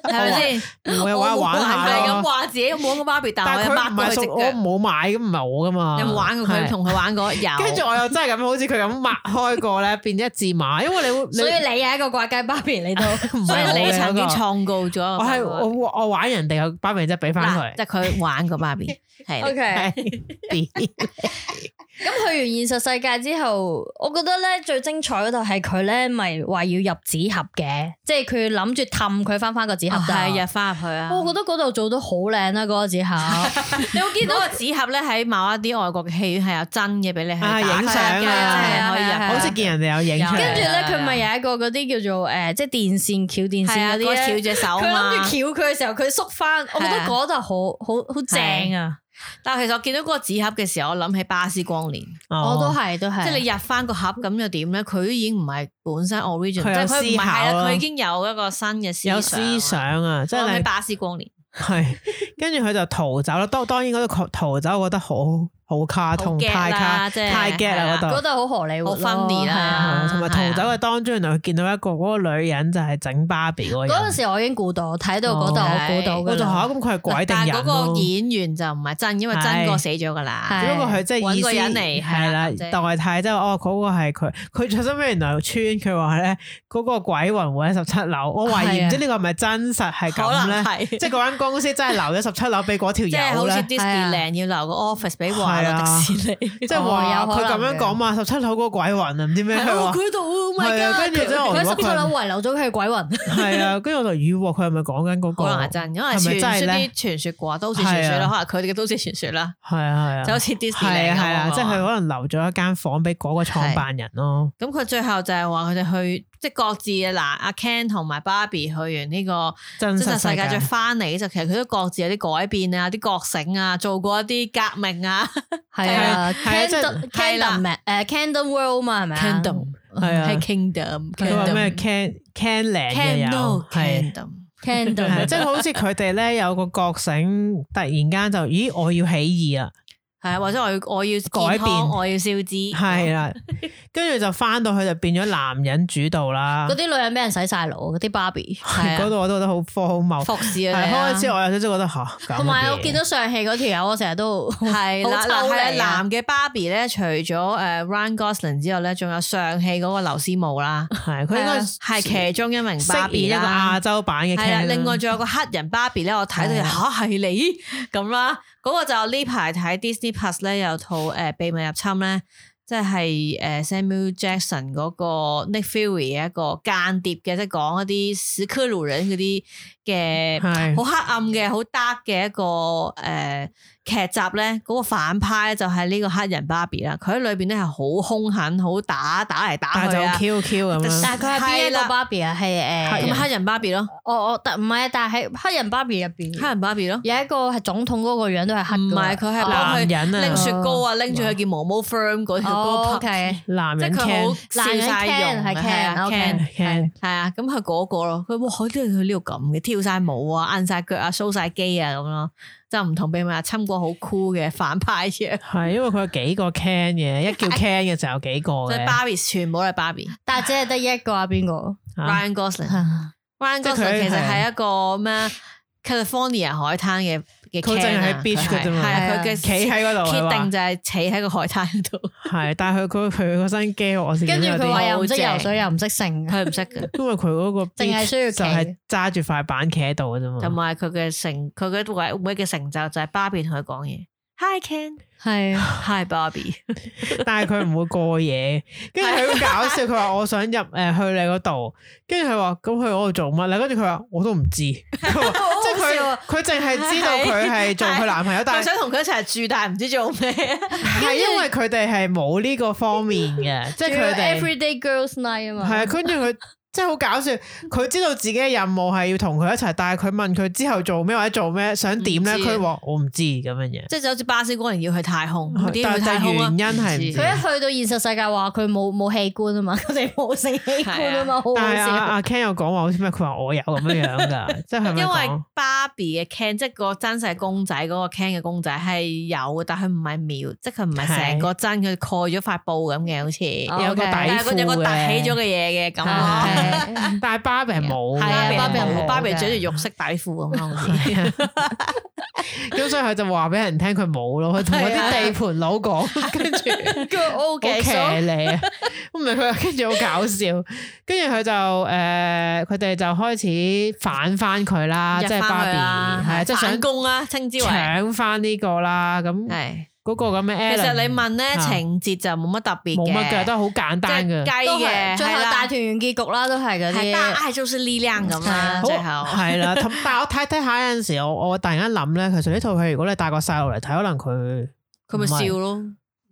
Speaker 5: 係咪先？
Speaker 3: 我又玩一玩下
Speaker 5: 係咁
Speaker 3: 咯。
Speaker 5: 話自己冇個芭比，但
Speaker 3: 但
Speaker 5: 係
Speaker 3: 係
Speaker 5: 我
Speaker 3: 佢
Speaker 5: 抹
Speaker 3: 唔
Speaker 5: 過
Speaker 3: 係
Speaker 5: 佢隻
Speaker 3: 屬我
Speaker 5: 腳。
Speaker 3: 冇買，咁唔係我噶嘛。
Speaker 5: 有冇玩過佢？
Speaker 3: 係
Speaker 5: 同佢玩過有。
Speaker 3: 跟住我又真係咁，好似佢咁抹開過咧，變咗一字馬。因為你會，
Speaker 4: 所以你係一個掛雞芭 比嚟到，
Speaker 3: 唔
Speaker 5: 所以
Speaker 3: 係我
Speaker 5: 你
Speaker 3: 嘅
Speaker 5: 曾經
Speaker 3: 嗰個
Speaker 5: 創造咗
Speaker 3: 我係我我玩人哋個芭比啫，俾翻
Speaker 5: 嗱，
Speaker 3: 佢
Speaker 5: 即。係佢玩過芭比，係啦
Speaker 4: O K，
Speaker 3: 係
Speaker 4: 咁去完現實世界之後，我覺得咧最精彩嗰度係佢咧，咪話要入紙盒嘅，即係佢諗住氹佢翻翻個紙盒度。
Speaker 5: 係入翻入去啊！
Speaker 4: 哦我覺得嗰度做得好靚啊啦，嗰個紙盒。
Speaker 5: 你有冇見到個紙盒咧？喺某一啲外國嘅戲院係有真嘅俾你去
Speaker 3: 啊
Speaker 5: 打
Speaker 3: 影
Speaker 5: 卡
Speaker 3: 相啊
Speaker 5: 嘅，真係可
Speaker 4: 係啊係啊
Speaker 5: 以
Speaker 4: 係啊
Speaker 5: 入。
Speaker 3: 好似見人哋有影出
Speaker 4: 跟
Speaker 3: 嚟。
Speaker 4: 住咧，佢咪有一個嗰啲叫做誒，即係電線翹電
Speaker 5: 係
Speaker 4: 線
Speaker 5: 啊，
Speaker 4: 嗰
Speaker 5: 嗰個翹
Speaker 4: 啲咧。
Speaker 5: 隻手啊
Speaker 4: 佢
Speaker 5: 嘛
Speaker 4: 諗住翹佢嘅時候，佢縮翻，我覺得
Speaker 5: 係啊
Speaker 4: 嗰度好好好正啊！
Speaker 5: 但係其實我見到嗰個紙盒嘅時候，我諗起巴斯光年，
Speaker 3: 哦
Speaker 4: 我哦都係都係，
Speaker 5: 即係你入翻個盒咁又點咧？佢已經唔係本身 origin，
Speaker 3: 佢有
Speaker 5: 即係佢唔
Speaker 3: 思
Speaker 5: 係
Speaker 3: 考
Speaker 5: 係啦，
Speaker 3: 咯
Speaker 5: 佢已經有一個新嘅思啊
Speaker 3: 有
Speaker 5: 思
Speaker 3: 思想啊，
Speaker 5: 即
Speaker 3: 即
Speaker 5: 係
Speaker 3: 係
Speaker 5: 巴斯光年，
Speaker 3: 係。跟住佢就逃走啦。當當然嗰度逃走，我覺得好好卡通，
Speaker 5: 好 get
Speaker 3: 太卡
Speaker 5: 啦即係
Speaker 3: 太 get
Speaker 5: 係
Speaker 3: 啦
Speaker 5: 啦
Speaker 3: 嗰
Speaker 4: 嗰
Speaker 3: 度。
Speaker 4: 度好荷里活咯，
Speaker 5: 好 funny 啦
Speaker 4: 係啊
Speaker 3: 啊同埋逃
Speaker 5: 係啊
Speaker 3: 走嘅當中，原來佢見到一個嗰個女人就係整芭比嗰個
Speaker 4: 嗰陣
Speaker 3: 人。
Speaker 4: 時我已經估到，睇到嗰度
Speaker 3: 哦
Speaker 4: 我估到
Speaker 3: 我
Speaker 4: 嘅
Speaker 3: 就
Speaker 4: 啦
Speaker 3: 嚇，咁佢係鬼定
Speaker 5: 但
Speaker 3: 人
Speaker 5: 係嗰
Speaker 3: 咯
Speaker 5: 個演員就唔係真，因為真個死咗噶
Speaker 4: 係
Speaker 5: 啦
Speaker 4: 係。
Speaker 3: 只不過佢即係意思
Speaker 5: 搵個人嚟
Speaker 3: 係啦
Speaker 5: 係啦
Speaker 3: 代替，即係哦嗰個係佢， 佢最收尾原來有穿佢話咧嗰個鬼魂會喺十七樓，我懷
Speaker 4: 係
Speaker 3: 疑
Speaker 4: 啊
Speaker 3: 唔知呢個係咪真實係咁
Speaker 5: 可能
Speaker 3: 咧，
Speaker 5: 係
Speaker 3: 即係嗰間公司真係留咗十 七樓俾嗰條
Speaker 5: 即係
Speaker 3: 友
Speaker 5: 好似
Speaker 3: 咧，啊
Speaker 5: Disneyland 要留個 office 俾華
Speaker 3: 係
Speaker 5: 特
Speaker 3: 啊
Speaker 5: 迪士尼，
Speaker 3: 即 係話
Speaker 4: 哦有可
Speaker 3: 佢
Speaker 4: 能
Speaker 3: 咁樣講嘛，十七樓嗰個鬼魂啊，唔知咩佢話
Speaker 5: 佢度
Speaker 3: 係啊，跟住之後我
Speaker 4: 佢喺
Speaker 3: 如
Speaker 4: 十
Speaker 3: 果
Speaker 4: 七樓
Speaker 3: 佢
Speaker 4: 遺留咗佢嘅鬼魂，
Speaker 3: 係啊，跟住我就以為佢係咪講緊嗰個？
Speaker 5: 可能係真，因為
Speaker 3: 係咪
Speaker 5: 傳
Speaker 3: 真係
Speaker 5: 說
Speaker 3: 咧
Speaker 5: 啲傳說啩，都市傳說
Speaker 3: 係
Speaker 5: 啦，可能佢哋嘅都市傳說啦，
Speaker 3: 係啊係啊，
Speaker 5: 就好似 Disney
Speaker 3: 係啊係啊，即係
Speaker 5: 佢
Speaker 3: 佢可能留咗一間房俾嗰個創辦人咯。
Speaker 5: 咁佢最後就係話佢哋去即係各自啊嗱，阿 Ken 同埋 Barbie 去完呢個
Speaker 3: 真
Speaker 5: 真
Speaker 3: 實
Speaker 5: 實
Speaker 3: 世
Speaker 5: 世界
Speaker 3: 界
Speaker 5: 再翻嚟，就其實佢都各自有啲改變啊，啲覺醒啊，做過一啲革命啊，
Speaker 4: 係
Speaker 3: 啊
Speaker 4: 啊
Speaker 3: 係啊即係
Speaker 4: ，Candom
Speaker 5: 係啦
Speaker 4: Candom 誒 Candom World 嘛係咪啊
Speaker 3: 係啊
Speaker 5: Kingdom 係 Kingdom，
Speaker 3: 佢話咩 can can 零嘅
Speaker 5: Can
Speaker 3: 有
Speaker 5: no
Speaker 3: 係。啊
Speaker 5: Kingdom，
Speaker 3: 係
Speaker 4: Candom
Speaker 3: 即係好似佢哋咧有個覺醒，突然間就咦我要起義啦，
Speaker 5: 係啊，或者我要我要
Speaker 3: 改
Speaker 5: 改
Speaker 3: 變
Speaker 5: 變，我要消脂，
Speaker 3: 係啊啦，
Speaker 5: 哦
Speaker 3: 跟住就翻到去就變咗男人主導啦
Speaker 4: 嗰。啲女人俾人洗晒腦，嗰啲 Barbie。
Speaker 5: 係
Speaker 3: 嗰
Speaker 5: 啊，
Speaker 3: 度我都覺得好荒謬，
Speaker 5: 服侍
Speaker 3: 係
Speaker 5: 啊，
Speaker 3: 開始我有少少覺得吓，咁嘅
Speaker 4: 同埋我
Speaker 3: 嘢
Speaker 4: 見到上戲嗰條友，我成日都
Speaker 5: 係啦，
Speaker 4: 好
Speaker 5: 嗱
Speaker 4: 抽
Speaker 5: 係啊
Speaker 4: 離啊
Speaker 5: 男嘅芭比咧，除咗誒 Ryan Gosling 之後咧，仲有上戲嗰個劉思慕啦，
Speaker 3: 係佢
Speaker 5: 佢
Speaker 3: 應該
Speaker 5: 應該係其中一名芭
Speaker 3: 飾演
Speaker 5: 比
Speaker 3: 一個亞
Speaker 5: 啦。
Speaker 3: 洲版嘅
Speaker 5: 係啦，
Speaker 3: Ken 啦
Speaker 5: 另外仲有個黑人芭比咧，我睇到
Speaker 3: 係啊
Speaker 5: 吓係你咁啦，嗰個就呢排睇 Disney Plus 咧有套誒秘密入侵咧，即係誒 Samuel Jackson 嗰個 Nick Fury 嘅一個間諜嘅，即係講一啲史克魯人嗰啲嘅
Speaker 3: 係
Speaker 5: 好黑暗嘅、好 dark 嘅一個誒、呃、劇集咧，嗰、個反派咧就係呢個黑人芭比啦。佢喺裏邊咧係好兇狠、好打打嚟打
Speaker 3: 但
Speaker 5: 去
Speaker 3: 係。
Speaker 5: 啊
Speaker 3: 就 Q Q 咁樣，
Speaker 4: 但係佢係邊一個 Barbie 啊？係
Speaker 5: 咁
Speaker 4: 誒，
Speaker 5: 黑人芭比咯，
Speaker 4: 我我但唔係，啊但係喺黑人 Barbie 入
Speaker 5: 黑
Speaker 4: 邊
Speaker 5: 人芭比咯，
Speaker 4: 有一個係總統嗰個樣都係黑
Speaker 5: 唔
Speaker 4: 㗎
Speaker 5: 係佢係幫
Speaker 3: 男
Speaker 5: 佢
Speaker 3: 人啊
Speaker 5: 拎，雪糕啊，拎住佢件毛毛 firm 嗰條
Speaker 4: 哦
Speaker 5: 嗰個
Speaker 4: OK，
Speaker 3: 男
Speaker 5: 即係
Speaker 3: 人
Speaker 5: 佢好
Speaker 3: Ken
Speaker 5: 笑
Speaker 4: 男人
Speaker 5: 晒
Speaker 4: Ken，
Speaker 5: 容，
Speaker 4: 係 Ken，
Speaker 5: 啊
Speaker 4: OK
Speaker 5: Ken
Speaker 3: Ken
Speaker 5: 係啊，咁佢嗰個咯，佢哇，佢都佢呢度咁嘅，跳晒舞啊，硬晒腳啊，show 晒肌啊咁咯，就唔同秘密入侵過好酷嘅反派樣。
Speaker 3: 係因為佢有幾個 Ken 嘅，一叫 Ken 嘅就有幾個
Speaker 5: 即係
Speaker 3: 嘅，
Speaker 5: 芭比，全部都係芭比。
Speaker 4: 但係只係得一個啊，邊個？
Speaker 3: 啊
Speaker 5: Ryan Gosling，Ryan
Speaker 4: 啊
Speaker 5: Gosling
Speaker 3: 佢
Speaker 5: 其實
Speaker 3: 係
Speaker 5: 係一個咩 California 海灘嘅嘅
Speaker 3: 佢
Speaker 5: Ken 啊，
Speaker 3: 淨係喺 beach 嗰
Speaker 5: 佢
Speaker 3: 啫嘛
Speaker 5: 係啊，佢嘅
Speaker 3: 企喺嗰度佢
Speaker 5: 決
Speaker 3: 話
Speaker 5: 定就係企喺個海灘嗰 度，
Speaker 3: 係，但係佢佢佢個身肌我自己
Speaker 4: 跟住
Speaker 3: 都有
Speaker 4: 佢
Speaker 3: 啲
Speaker 4: 話又唔識游水，又唔識性，
Speaker 5: 佢唔識嘅。
Speaker 3: 因為佢嗰個
Speaker 4: 淨係需要
Speaker 3: beat 就
Speaker 4: 企
Speaker 3: 係揸住塊板企喺度嘅啫嘛。
Speaker 5: 同埋佢嘅成佢嘅唯每嘅成就就係芭比同佢講嘢 ，Hi Ken，Hi
Speaker 4: 係
Speaker 5: Barbie，
Speaker 3: 但係佢唔會過夜，跟住佢好搞笑，佢話我想入誒、呃去你嗰度，跟住佢話咁去嗰度做乜咧？跟住佢話我都唔知，佢話即係
Speaker 4: 笑
Speaker 3: 佢
Speaker 4: 啊
Speaker 3: 佢淨係知道佢係做佢男朋友，但
Speaker 5: 佢
Speaker 3: 係
Speaker 5: 想同佢一齊住，但係唔知做 咩。
Speaker 3: 係因為佢哋係冇呢個方面嘅，即係佢哋係
Speaker 4: Everyday Girls Night 啊嘛，
Speaker 3: 啊，跟住佢。即係好搞笑，佢知道自己嘅任務係要同佢一齊，但係佢問佢之後做咩或者做咩想點咧，
Speaker 5: 唔知
Speaker 3: 佢話我唔知咁樣嘢。
Speaker 5: 即係就好似巴斯光年要去太空，
Speaker 3: 係
Speaker 5: 點解去
Speaker 3: 但係
Speaker 5: 太空啊？
Speaker 3: 原因係唔知
Speaker 4: 佢一去到現實世界話佢冇冇器官啊嘛，佢哋冇性器官啊嘛，好好
Speaker 3: 但係阿
Speaker 4: 笑。
Speaker 3: 阿 Ken 有講話好似咩？佢話我有咁樣樣㗎，即係係咪
Speaker 5: 因為
Speaker 3: 講？
Speaker 5: 芭比嘅 Ken 即係個真實公仔嗰個 Ken 嘅公仔係有，但佢唔係描，即係佢唔係成個真，佢蓋咗塊布咁嘅，好似
Speaker 4: 哦
Speaker 3: 有個底
Speaker 5: 但係佢有個凸
Speaker 3: 褲嘅
Speaker 5: 起咗嘅嘢嘅咁
Speaker 3: 係係
Speaker 4: 嘅。
Speaker 3: 但係芭比係冇，
Speaker 4: 係啊芭
Speaker 5: 芭比
Speaker 4: 比
Speaker 5: 人
Speaker 4: 人
Speaker 5: 冇，
Speaker 4: 冇
Speaker 5: 芭比
Speaker 4: 嘅
Speaker 5: 着住肉色底褲咁咯，好似
Speaker 3: 咁所以佢就話俾人聽佢冇咯，佢同嗰
Speaker 5: 係啊
Speaker 3: 啲地盤佬講，跟住
Speaker 4: O
Speaker 3: 好騎你啊！唔係佢，跟住好搞笑，跟住佢就誒，佢哋就開始反翻佢 啦， 即係芭比，係啊，即係想
Speaker 5: 反攻啦，稱之為係。
Speaker 3: 搶翻呢個啦，咁嗰個咁嘅 Ellen，
Speaker 5: 其實你問咧
Speaker 3: 啊
Speaker 5: 情節就冇乜特別嘅，
Speaker 3: 冇乜嘅，都係好簡單
Speaker 5: 即
Speaker 3: 嘅
Speaker 5: 係雞。
Speaker 4: 都
Speaker 5: 嘅，
Speaker 4: 係最後
Speaker 5: 係啦
Speaker 4: 大團圓結局啦，都係嗰
Speaker 5: 係但
Speaker 4: 啲。
Speaker 5: 愛就是力量咁啦，
Speaker 4: 好
Speaker 5: 最
Speaker 3: 好
Speaker 5: 後
Speaker 3: 係啦，同 但係我睇睇下有陣時，我我突然間諗咧，其實呢套戲如果你帶個細路嚟睇，可能佢
Speaker 5: 佢咪笑咯。